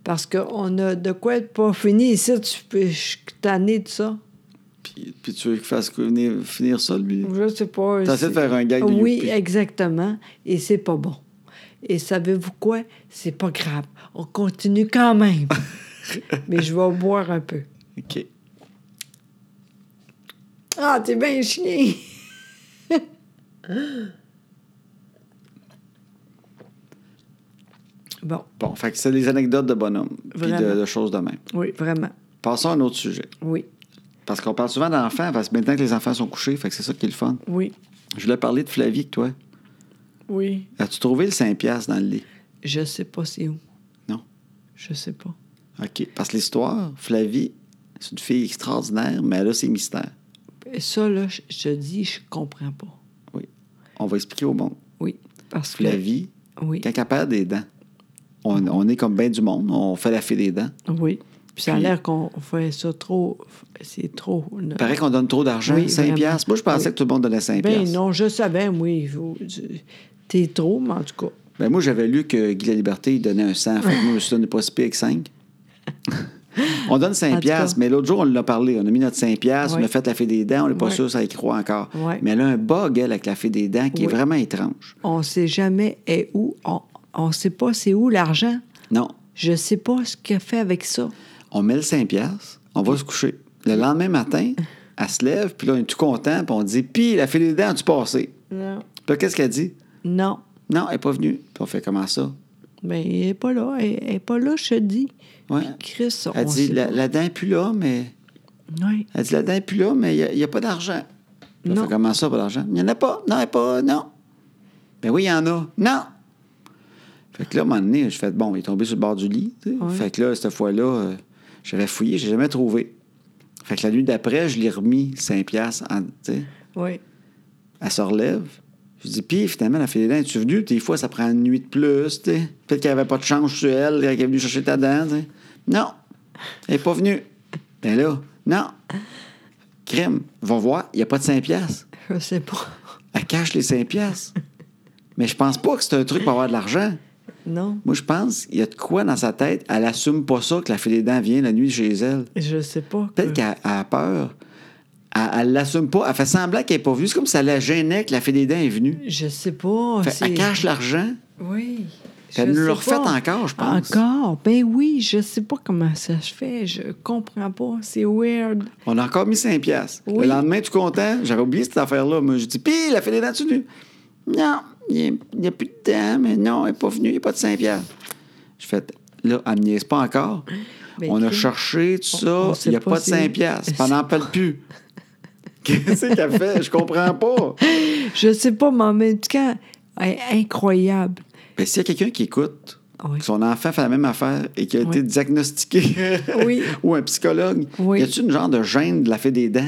[SPEAKER 2] Parce qu'on a de quoi être pas fini ici, tu peux, je suis tannée de ça.
[SPEAKER 1] Puis, puis tu veux qu'il fasse venir- finir ça, lui?
[SPEAKER 2] Je sais pas.
[SPEAKER 1] T'as essayé de
[SPEAKER 2] c'est-
[SPEAKER 1] faire un gag de
[SPEAKER 2] Oui,
[SPEAKER 1] Youpi.
[SPEAKER 2] exactement. Et c'est pas bon. Et savez-vous quoi? C'est pas grave. On continue quand même. Mais je vais boire un peu.
[SPEAKER 1] OK.
[SPEAKER 2] Ah, t'es bien chien! bon,
[SPEAKER 1] Bon, fait que c'est des anecdotes de bonhomme, puis de,
[SPEAKER 2] Vraiment.
[SPEAKER 1] de choses de même.
[SPEAKER 2] oui, vraiment.
[SPEAKER 1] Passons à un autre sujet.
[SPEAKER 2] Oui,
[SPEAKER 1] Parce qu'on parle souvent d'enfants, parce que maintenant que les enfants sont couchés, fait que c'est ça qui est le fun.
[SPEAKER 2] oui,
[SPEAKER 1] Je voulais parler de Flavie avec toi.
[SPEAKER 2] oui.
[SPEAKER 1] As-tu trouvé le 5 piastres dans le lit?
[SPEAKER 2] Je sais pas c'est où.
[SPEAKER 1] Non.
[SPEAKER 2] Je sais pas.
[SPEAKER 1] OK. Parce que l'histoire, Flavie, c'est une fille extraordinaire, mais elle a ses mystères.
[SPEAKER 2] Et ça, là, je, je dis, je comprends pas.
[SPEAKER 1] Oui. On va expliquer au monde.
[SPEAKER 2] Oui, parce que...
[SPEAKER 1] Flavie,
[SPEAKER 2] Oui,
[SPEAKER 1] quand elle perd des dents, on, on est comme bien du monde, on fait la fée des dents.
[SPEAKER 2] oui. Puis ça a
[SPEAKER 1] Puis-
[SPEAKER 2] l'air qu'on fait ça trop... C'est trop...
[SPEAKER 1] Il paraît qu'on donne trop d'argent,
[SPEAKER 2] Oui,
[SPEAKER 1] 5
[SPEAKER 2] vraiment.
[SPEAKER 1] piastres. Moi, je pensais
[SPEAKER 2] Oui.
[SPEAKER 1] que tout le monde donnait 5
[SPEAKER 2] Ben
[SPEAKER 1] piastres.
[SPEAKER 2] non, je savais, oui. vous- tu- T'es trop, mais en tout cas...
[SPEAKER 1] Ben, moi, j'avais lu que Guy Liberté, il donnait un 100. Fait que moi, je me suis donné pas si pire avec 5. on donne 5
[SPEAKER 2] En tout
[SPEAKER 1] piastres,
[SPEAKER 2] cas.
[SPEAKER 1] mais l'autre jour, on l'a parlé. On a mis notre 5 piastres,
[SPEAKER 2] Ouais.
[SPEAKER 1] on a fait la fée des dents, on n'est pas
[SPEAKER 2] Ouais.
[SPEAKER 1] sûr ça y croit encore.
[SPEAKER 2] Ouais.
[SPEAKER 1] Mais elle a un bug, elle, avec la fée des dents, qui est
[SPEAKER 2] Oui.
[SPEAKER 1] vraiment étrange.
[SPEAKER 2] On sait jamais est où. On ne sait pas c'est où l'argent.
[SPEAKER 1] Non,
[SPEAKER 2] Je sais pas ce qu'elle fait avec ça.
[SPEAKER 1] on met le 5 piastres, on va se coucher. Le lendemain matin, elle se lève, puis là, on est tout content, puis on dit « Puis, la fée des dents, tu passé?
[SPEAKER 2] Non. »
[SPEAKER 1] Puis là, qu'est-ce qu'elle dit?
[SPEAKER 2] Non.
[SPEAKER 1] « Non, elle n'est pas venue. » Puis on fait « Comment ça?
[SPEAKER 2] Ben, elle n'est pas là. Elle n'est pas là, je te dis.
[SPEAKER 1] Ouais.
[SPEAKER 2] Puis Chris, » on
[SPEAKER 1] Elle dit «
[SPEAKER 2] sait
[SPEAKER 1] La
[SPEAKER 2] pas.
[SPEAKER 1] la dent n'est plus là, mais... »
[SPEAKER 2] Ouais.
[SPEAKER 1] Elle dit, la dent n'est plus là, mais il n'y a, pas d'argent. Là,
[SPEAKER 2] Non.
[SPEAKER 1] fait, comment ça, pas d'argent? Il n'y en a pas. Non, il n'y a pas. Non. Ben oui, il y en a. Non. Fait que là, à un moment donné, je fais, bon, il est tombé sur le bord du lit. tu sais.
[SPEAKER 2] Ouais.
[SPEAKER 1] Fait que là, cette fois-là, euh, j'avais fouillé, j'ai jamais trouvé. Fait que la nuit d'après, je l'ai remis 5 piastres. en- tu sais.
[SPEAKER 2] Oui.
[SPEAKER 1] Elle se relève. Je dis, puis finalement, la fille des dents, es-tu venue? Des fois, ça prend une nuit de plus. tu sais. Peut-être qu'elle n'avait pas de change sur elle, qu'elle est venue chercher ta dent. tu sais. Non, elle n'est pas venue. Ben là, non. Crime, va voir, il n'y a pas de 5 piastres.
[SPEAKER 2] Je sais pas.
[SPEAKER 1] Elle cache les 5 piastres. Mais je pense pas que c'est un truc pour avoir de l'argent.
[SPEAKER 2] Non.
[SPEAKER 1] Moi, je pense qu'il y a de quoi dans sa tête. Elle assume pas ça que la fille des dents vient la nuit chez elle.
[SPEAKER 2] Je sais pas.
[SPEAKER 1] Peut-être
[SPEAKER 2] que-
[SPEAKER 1] qu'elle elle a peur. Elle ne l'assume pas. Elle fait semblant qu'elle n'est pas venue. C'est comme si elle la gênait que la fille des dents est venue.
[SPEAKER 2] Je sais pas.
[SPEAKER 1] Fait,
[SPEAKER 2] c'est-
[SPEAKER 1] elle cache l'argent.
[SPEAKER 2] Oui.
[SPEAKER 1] Elle
[SPEAKER 2] Je
[SPEAKER 1] nous
[SPEAKER 2] sais
[SPEAKER 1] le
[SPEAKER 2] pas.
[SPEAKER 1] refait encore, je pense.
[SPEAKER 2] Encore? Ben oui, je sais pas comment ça se fait. Je comprends pas. C'est weird.
[SPEAKER 1] On a encore mis 5 piastres.
[SPEAKER 2] Oui.
[SPEAKER 1] Le lendemain, tu content? J'avais oublié cette affaire-là. Moi, je dis, pis la fille des dents, tu venue? Non, il n'y a plus de temps, mais non, elle n'est pas venue, il n'y a pas de 5 piastres. Je fais, là, elle ne niaise pas encore.
[SPEAKER 2] Ben,
[SPEAKER 1] on a
[SPEAKER 2] Kim,
[SPEAKER 1] cherché tout
[SPEAKER 2] on-
[SPEAKER 1] ça,
[SPEAKER 2] on
[SPEAKER 1] il
[SPEAKER 2] sait
[SPEAKER 1] n'y a
[SPEAKER 2] pas
[SPEAKER 1] pas de
[SPEAKER 2] si-
[SPEAKER 1] 5 piastres. Puis Elle n'en parle plus. Qu'est-ce qu'elle fait? Je comprends pas.
[SPEAKER 2] Je sais pas, mais en même temps, hey, incroyable.
[SPEAKER 1] Mais s'il y a quelqu'un qui écoute,
[SPEAKER 2] Oui.
[SPEAKER 1] que son enfant fait la même affaire et qui a été
[SPEAKER 2] Oui.
[SPEAKER 1] diagnostiqué
[SPEAKER 2] Oui.
[SPEAKER 1] ou un psychologue,
[SPEAKER 2] Oui.
[SPEAKER 1] y a-t-il une genre de gêne de la fée des dents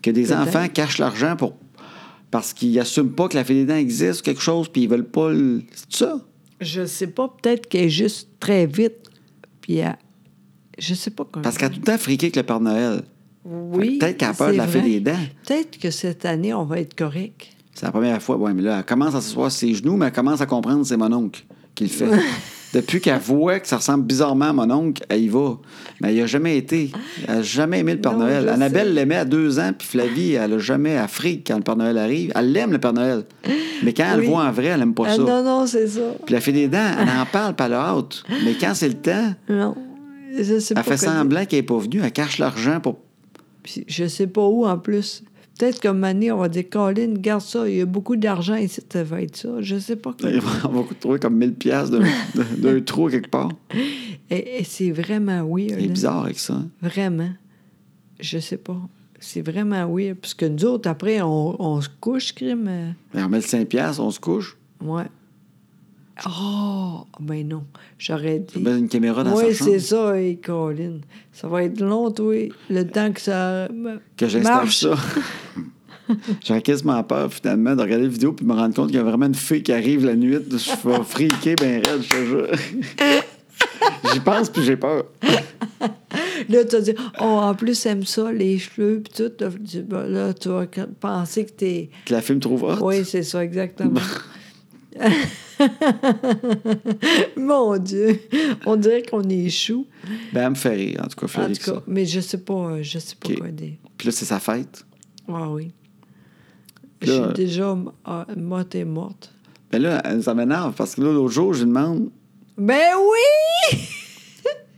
[SPEAKER 1] que des
[SPEAKER 2] Peut-être.
[SPEAKER 1] enfants cachent l'argent pour parce qu'ils n'assument pas que la fée des dents existe ou quelque chose puis ils veulent pas le... C'est ça?
[SPEAKER 2] Je sais pas, peut-être qu'elle est juste très vite. Puis elle- je sais pas comment.
[SPEAKER 1] Parce qu'elle a tout le temps friqué avec le Père Noël.
[SPEAKER 2] oui,
[SPEAKER 1] Peut-être qu'elle a peur de
[SPEAKER 2] c'est
[SPEAKER 1] la fée
[SPEAKER 2] vrai.
[SPEAKER 1] des dents.
[SPEAKER 2] Peut-être que cette année, on va être correct.
[SPEAKER 1] C'est la première fois. Ouais, mais là, elle commence à s'asseoir sur ses genoux, mais elle commence à comprendre que c'est mon oncle qui le fait. Depuis qu'elle voit que ça ressemble bizarrement à mon oncle, elle y va. Mais il n'a jamais été. Elle n'a jamais aimé le Père
[SPEAKER 2] Non,
[SPEAKER 1] Noël.
[SPEAKER 2] je
[SPEAKER 1] Annabelle
[SPEAKER 2] sais.
[SPEAKER 1] l'aimait à deux ans, puis Flavie, elle n'a jamais à fric quand le Père Noël arrive. Elle l'aime, le Père Noël. Mais quand elle
[SPEAKER 2] Oui.
[SPEAKER 1] le voit en vrai, elle n'aime pas
[SPEAKER 2] Ah,
[SPEAKER 1] ça.
[SPEAKER 2] non, non, c'est ça.
[SPEAKER 1] Puis la fille des dents, elle en parle, pas elle a hâte. Mais quand c'est le temps,
[SPEAKER 2] Non. Je sais
[SPEAKER 1] elle
[SPEAKER 2] pas.
[SPEAKER 1] fait
[SPEAKER 2] quoi dire.
[SPEAKER 1] semblant qu'elle n'est pas venue. Elle cache l'argent pour.
[SPEAKER 2] Puis je sais pas où en plus. Peut-être qu'à un moment donné, on va dire Colin, garde ça, il y a beaucoup d'argent ici, ça va être ça. Je sais pas. quoi.
[SPEAKER 1] On va trouver comme 1000$ piastres d'un- d'un trou quelque part.
[SPEAKER 2] Et, et Eh, c'est vraiment weird.
[SPEAKER 1] C'est
[SPEAKER 2] hein.
[SPEAKER 1] bizarre avec ça. hein.
[SPEAKER 2] Vraiment. Je sais pas. C'est vraiment weird. Parce que nous autres, après, on, on se couche, crime. euh,
[SPEAKER 1] Mais on met le 5$, piastres, on se couche.
[SPEAKER 2] Ouais. Oh, ben non, j'aurais
[SPEAKER 1] Tu
[SPEAKER 2] dit.
[SPEAKER 1] mets une caméra Ben, dans
[SPEAKER 2] Oui,
[SPEAKER 1] sa chambre.
[SPEAKER 2] c'est ça, hey, Colin. Ça va être long, toi, le temps que ça me-
[SPEAKER 1] Que j'installe
[SPEAKER 2] marche.
[SPEAKER 1] ça. J'avais quasiment peur, finalement, de regarder la vidéo puis de me rendre compte qu'il y a vraiment une fille qui arrive la nuit. Je suis friquer ben raide, je te jure. J'y pense puis j'ai peur.
[SPEAKER 2] Là, tu as dit, oh, en plus, elle aime ça, les cheveux, puis tout. Là, tu- ben, là, tu vas penser que t'es.
[SPEAKER 1] Que la fille me trouve hot.
[SPEAKER 2] Oui, c'est ça, exactement. Mon Dieu, on dirait qu'on est chou.
[SPEAKER 1] Ben, elle me fait rire, en tout cas.
[SPEAKER 2] En
[SPEAKER 1] Flavie,
[SPEAKER 2] tout cas,
[SPEAKER 1] ça.
[SPEAKER 2] mais je sais pas, euh, je sais pas
[SPEAKER 1] Ok.
[SPEAKER 2] quoi dire.
[SPEAKER 1] Puis là, c'est sa fête.
[SPEAKER 2] Ah oui.
[SPEAKER 1] Puis là, euh,
[SPEAKER 2] je suis déjà m- ah, morte et morte.
[SPEAKER 1] Mais Ben là, ça m'énerve parce que là, l'autre jour, je lui demande
[SPEAKER 2] Ben oui!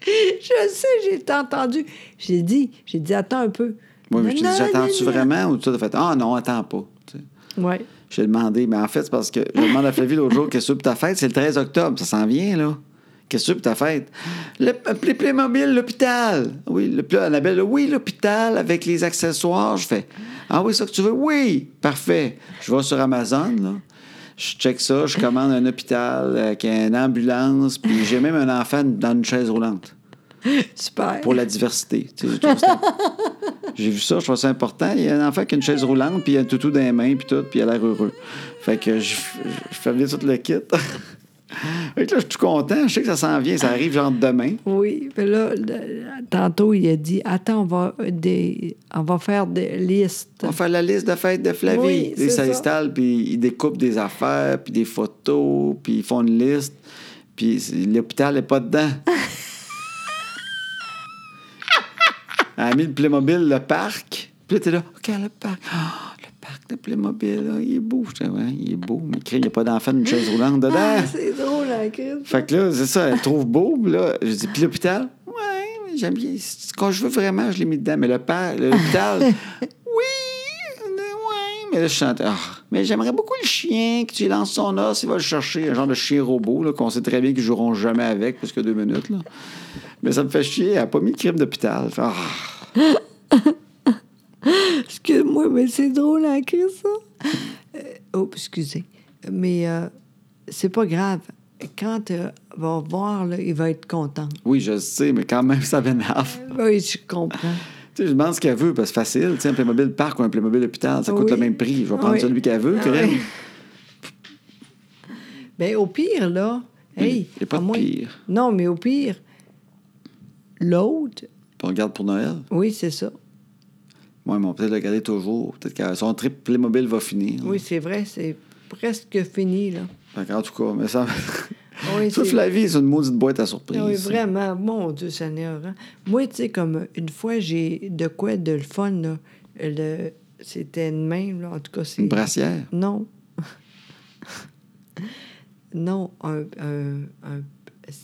[SPEAKER 2] je sais, j'ai entendu. J'ai dit, j'ai dit, attends un peu.
[SPEAKER 1] Oui, mais je te
[SPEAKER 2] Non,
[SPEAKER 1] dis,
[SPEAKER 2] non,
[SPEAKER 1] j'attends-tu
[SPEAKER 2] non.
[SPEAKER 1] vraiment? Ou tu as fait, ah non, attends pas. Tu sais.
[SPEAKER 2] Ouais.
[SPEAKER 1] J'ai demandé, mais en fait, c'est parce que je demande à Flavie l'autre jour, qu'est-ce que c'est pour ta fête? C'est le 13 octobre, ça s'en vient, là. Qu'est-ce que c'est pour ta fête? Le Play- Playmobil, l'hôpital. Oui, le là, Annabelle, oui, l'hôpital avec les accessoires. Je fais, ah oui, ça que tu veux? Oui, parfait. Je vais sur Amazon, là. Je check ça, je commande un hôpital avec une ambulance, puis j'ai même un enfant dans une chaise roulante
[SPEAKER 2] Super.
[SPEAKER 1] pour la diversité. Tu sais, je trouve ça- J'ai vu ça, je trouve ça important. Il y a un enfant qui a une chaise roulante, puis il a un toutou dans les mains, puis tout, puis il a l'air heureux. Fait que je, je fais venir tout le kit. fait que là, je suis tout content. Je sais que ça s'en vient, ça arrive genre demain.
[SPEAKER 2] Oui, mais là, le- tantôt, il a dit, attends, on va, euh, des, on va faire des listes.
[SPEAKER 1] On fait la liste de fêtes de Flavie.
[SPEAKER 2] Oui,
[SPEAKER 1] Et
[SPEAKER 2] c'est
[SPEAKER 1] ça
[SPEAKER 2] ça.
[SPEAKER 1] installe, puis ils découpent des affaires, puis des photos, puis ils font une liste. Puis c'est- l'hôpital n'est pas dedans. Elle a mis le Playmobil, le parc. Puis là, t'es là, OK, le parc. Ah, le parc de Playmobil, ah, il est beau. Je dis, ouais, il est beau. Mais crée, il n'y a pas d'enfant d'une chaise roulante dedans.
[SPEAKER 2] Ah, c'est drôle, la crise.
[SPEAKER 1] Fait que là, c'est ça, elle trouve beau. puis Là, je dis, puis l'hôpital? Ouais, mais j'aime bien. C'est- Quand je veux vraiment, je l'ai mis dedans. Mais le père, l'hôpital, oui, euh, ouais. Mais là, je chante. Ah, mais j'aimerais beaucoup le chien, que tu lui lances son os, il va le chercher, un genre de chien robot, là, qu'on sait très bien qu'ils joueront jamais avec, plus que deux minutes. Là. Mais ça me fait chier, elle n'a pas mis le crime d'hôpital. Fait, Ah,
[SPEAKER 2] Excuse-moi, mais c'est drôle, la crise, ça. Euh, oh, excusez. Mais euh, c'est pas grave. Quand euh, on va voir, là, il va être content.
[SPEAKER 1] oui, je sais, mais quand même, ça m'énerve.
[SPEAKER 2] Oui, je comprends.
[SPEAKER 1] Tu sais, je demande ce qu'elle veut, parce que c'est facile. Tu sais, un Playmobil parc ou un Playmobil hôpital, ça coûte
[SPEAKER 2] Oui.
[SPEAKER 1] le même prix. Je vais prendre
[SPEAKER 2] Oui.
[SPEAKER 1] celui qu'elle veut,
[SPEAKER 2] Ah
[SPEAKER 1] correct?
[SPEAKER 2] oui. Ben, au pire, là. Hey, ah,
[SPEAKER 1] Il y a pas
[SPEAKER 2] à
[SPEAKER 1] de
[SPEAKER 2] moins-
[SPEAKER 1] pire.
[SPEAKER 2] Non, mais au pire, l'autre,
[SPEAKER 1] Puis on regarde pour Noël.
[SPEAKER 2] oui, c'est ça.
[SPEAKER 1] Oui, mais on peut peut-être le garder toujours. Peut-être que son trip Playmobil va finir.
[SPEAKER 2] Oui, c'est vrai, c'est presque fini, là.
[SPEAKER 1] Fait que, en tout cas, mais ça.
[SPEAKER 2] Oui,
[SPEAKER 1] Sauf
[SPEAKER 2] c'est-
[SPEAKER 1] la vie, c'est une maudite boîte à surprise.
[SPEAKER 2] Ah oui, vraiment, mon Dieu Seigneur. hein. Moi, tu sais, comme une fois, j'ai de quoi de le fun, là. Le... C'était une même, là. En tout cas, c'est.
[SPEAKER 1] Une brassière.
[SPEAKER 2] Non. non, un- un- un...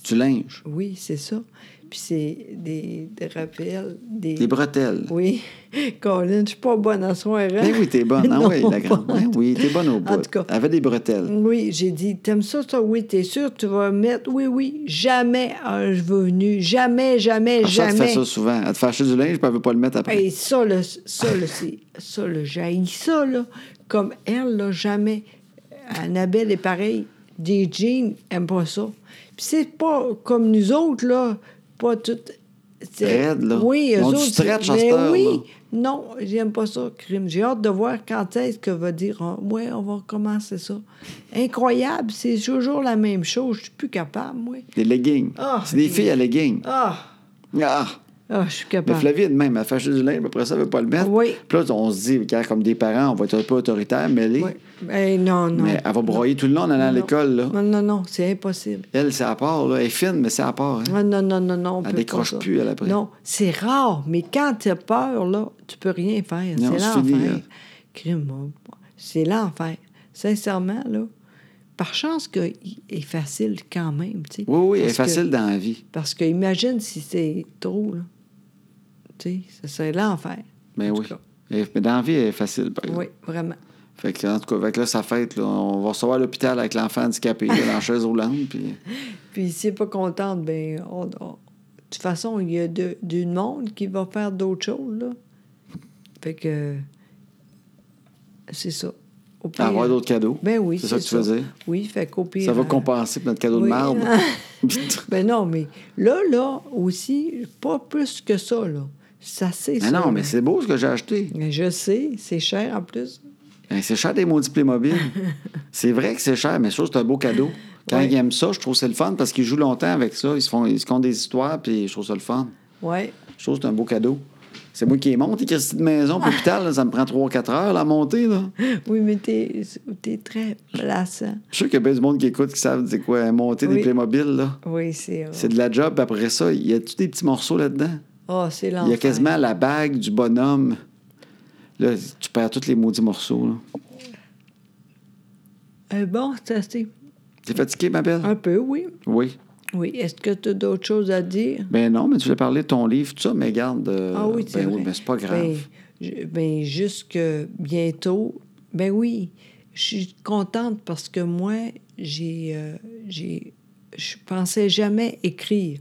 [SPEAKER 1] Du linge.
[SPEAKER 2] Oui, c'est ça. Puis c'est des, des rappels, des...
[SPEAKER 1] Des bretelles.
[SPEAKER 2] Oui. Colin, je suis pas bonne à soir. hein?
[SPEAKER 1] Ben oui, t'es bonne. Ah
[SPEAKER 2] Non.
[SPEAKER 1] oui, la grande. Ben oui, t'es bonne au bout.
[SPEAKER 2] tout cas.
[SPEAKER 1] Elle avait des bretelles.
[SPEAKER 2] Oui, j'ai dit, t'aimes ça, ça? Oui, t'es sûr, tu vas mettre... Oui, oui, jamais euh, je veux venu. Jamais, jamais,
[SPEAKER 1] Alors, Ah, Ça, tu
[SPEAKER 2] jamais.
[SPEAKER 1] fais ça souvent. Elle te fait acheter du linge, puis elle veut pas le mettre après.
[SPEAKER 2] Et Ben, ça, là, ça, là, c'est... Ça, là, j'haïs ça, là. Comme elle, là, jamais. Annabelle est pareil. Des jeans, aime pas ça. Puis c'est pas comme nous autres, là, pas toutes... c'est-
[SPEAKER 1] Raide, là.
[SPEAKER 2] Oui,
[SPEAKER 1] Ils
[SPEAKER 2] eux
[SPEAKER 1] ont du
[SPEAKER 2] autres, c'est-
[SPEAKER 1] stretch à
[SPEAKER 2] mais
[SPEAKER 1] cette heure,
[SPEAKER 2] oui,
[SPEAKER 1] là.
[SPEAKER 2] non, j'aime pas ça, crime. J'ai hâte de voir quand est-ce que va dire, Ah, ouais, on va commencer ça. Incroyable, c'est toujours la même chose. Je suis plus capable, moi.
[SPEAKER 1] Des leggings.
[SPEAKER 2] Ah,
[SPEAKER 1] c'est des
[SPEAKER 2] oui.
[SPEAKER 1] filles à leggings.
[SPEAKER 2] Ah,
[SPEAKER 1] Ah!
[SPEAKER 2] ah, je suis
[SPEAKER 1] Mais
[SPEAKER 2] capable.
[SPEAKER 1] Flavie est de même. Elle fait acheter du linge, puis après ça, elle veut pas le mettre.
[SPEAKER 2] Oui.
[SPEAKER 1] Puis là, on se dit, regarde, comme des parents, on va être un peu autoritaire, mêlés.
[SPEAKER 2] Oui. Eh, non, non.
[SPEAKER 1] Mais elle va broyer tout le long en allant à
[SPEAKER 2] Non.
[SPEAKER 1] l'école, là.
[SPEAKER 2] Non, non, non, c'est impossible.
[SPEAKER 1] Elle, c'est à part, là. Elle est fine, mais c'est à part. hein.
[SPEAKER 2] Ah, non, non, non, non. on
[SPEAKER 1] Elle
[SPEAKER 2] peut
[SPEAKER 1] décroche
[SPEAKER 2] pas ça.
[SPEAKER 1] plus, elle, après.
[SPEAKER 2] Non, c'est rare, mais quand tu as peur, là, tu peux rien faire.
[SPEAKER 1] Non,
[SPEAKER 2] C'est
[SPEAKER 1] c'est fini, hein.
[SPEAKER 2] l'enfer.
[SPEAKER 1] là.
[SPEAKER 2] Crime, mon- C'est l'enfer. Sincèrement, là, par chance qu'il est facile quand même, tu sais.
[SPEAKER 1] Oui, oui, elle est
[SPEAKER 2] Parce que-
[SPEAKER 1] facile dans la vie.
[SPEAKER 2] Parce que imagine si c'est trop, là. Tu sais, ça serait l'enfer.
[SPEAKER 1] Mais
[SPEAKER 2] En tout
[SPEAKER 1] Ben oui.
[SPEAKER 2] cas.
[SPEAKER 1] Et- mais dans la vie, elle est facile, par exemple.
[SPEAKER 2] Oui, vraiment.
[SPEAKER 1] Fait que, en tout cas, fait que là, sa fête, là, on va recevoir à l'hôpital avec l'enfant handicapé, là, dans la chaise roulante. Puis...
[SPEAKER 2] Puis s'il n'est pas contente, ben on- on- de toute façon, il y a de- du monde qui va faire d'autres choses, là. Fait que... C'est ça. Au
[SPEAKER 1] Elle va avoir
[SPEAKER 2] pire-
[SPEAKER 1] d'autres cadeaux.
[SPEAKER 2] Ben oui,
[SPEAKER 1] C'est ça que tu veux dire?
[SPEAKER 2] Oui, fait qu'au pire...
[SPEAKER 1] Ça va
[SPEAKER 2] euh,
[SPEAKER 1] compenser pour notre cadeau
[SPEAKER 2] oui.
[SPEAKER 1] de marbre.
[SPEAKER 2] ben non, mais là, là, aussi, pas plus que ça, là. Ça, c'est
[SPEAKER 1] mais
[SPEAKER 2] ça,
[SPEAKER 1] Ben non, mais
[SPEAKER 2] là.
[SPEAKER 1] c'est beau ce que j'ai acheté.
[SPEAKER 2] Mais Je sais, c'est cher en plus.
[SPEAKER 1] Ben, c'est cher des maudits Playmobil. c'est vrai que c'est cher, mais je trouve que c'est un beau cadeau. Quand
[SPEAKER 2] Ouais.
[SPEAKER 1] ils aiment ça, je trouve que c'est le fun parce qu'ils jouent longtemps avec ça. Ils se, font, ils se content des histoires, puis je trouve ça le fun.
[SPEAKER 2] Ouais.
[SPEAKER 1] Je trouve que c'est un beau cadeau. C'est moi qui les monte, les Christie de maison, puis l'hôpital, là, ça me prend 3-4 heures la montée. Là.
[SPEAKER 2] Oui, mais t'es t'es très plaçant.
[SPEAKER 1] Je suis sûr qu'il y a bien du monde qui écoute qui savent c'est quoi monter des
[SPEAKER 2] Oui.
[SPEAKER 1] Playmobil. Là.
[SPEAKER 2] Oui, c'est...
[SPEAKER 1] C'est de la job, puis après ça, il y a tous des petits morceaux là-dedans.
[SPEAKER 2] Ah, c'est l'enfer.
[SPEAKER 1] Il y a quasiment la bague du bonhomme. Là, tu perds tous les maudits morceaux. là.
[SPEAKER 2] Euh, bon, c'est assez.
[SPEAKER 1] T'es fatiguée, ma belle?
[SPEAKER 2] Un peu, oui.
[SPEAKER 1] Mm. Oui.
[SPEAKER 2] Oui. Est-ce que tu as d'autres choses à dire?
[SPEAKER 1] Ben non, mais tu voulais parler de ton livre, tout ça, mais garde. euh,
[SPEAKER 2] ah oui, c'est
[SPEAKER 1] ben
[SPEAKER 2] vrai.
[SPEAKER 1] oui, mais c'est pas grave.
[SPEAKER 2] Ben, je- ben, jusque bientôt. Ben oui, je suis contente parce que moi, j'ai, euh, j'ai, je pensais jamais écrire.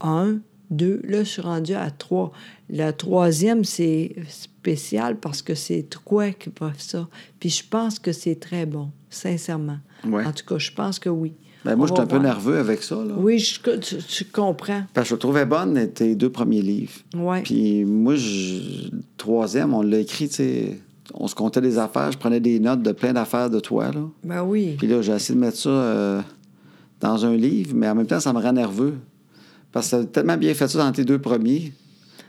[SPEAKER 2] Un, deux, là, je suis rendue à trois. La troisième, c'est spécial parce que c'est toi qui vas faire ça. Puis je pense que c'est très bon, sincèrement.
[SPEAKER 1] Ouais.
[SPEAKER 2] En tout cas, je pense que oui.
[SPEAKER 1] Ben, moi,
[SPEAKER 2] On
[SPEAKER 1] je suis
[SPEAKER 2] va
[SPEAKER 1] un peu
[SPEAKER 2] voir.
[SPEAKER 1] nerveux avec ça, là.
[SPEAKER 2] Oui, je, tu, tu comprends.
[SPEAKER 1] Parce que je le trouvais bonne tes deux premiers livres.
[SPEAKER 2] Ouais.
[SPEAKER 1] Puis moi, je- le troisième, on l'a écrit, tu sais. On se comptait des affaires, je prenais des notes de plein d'affaires de toi, là.
[SPEAKER 2] Ben oui.
[SPEAKER 1] Puis là, j'ai essayé de mettre ça euh, dans un livre, mais en même temps, ça me rend nerveux. Parce que t'as tellement bien fait ça dans tes deux premiers.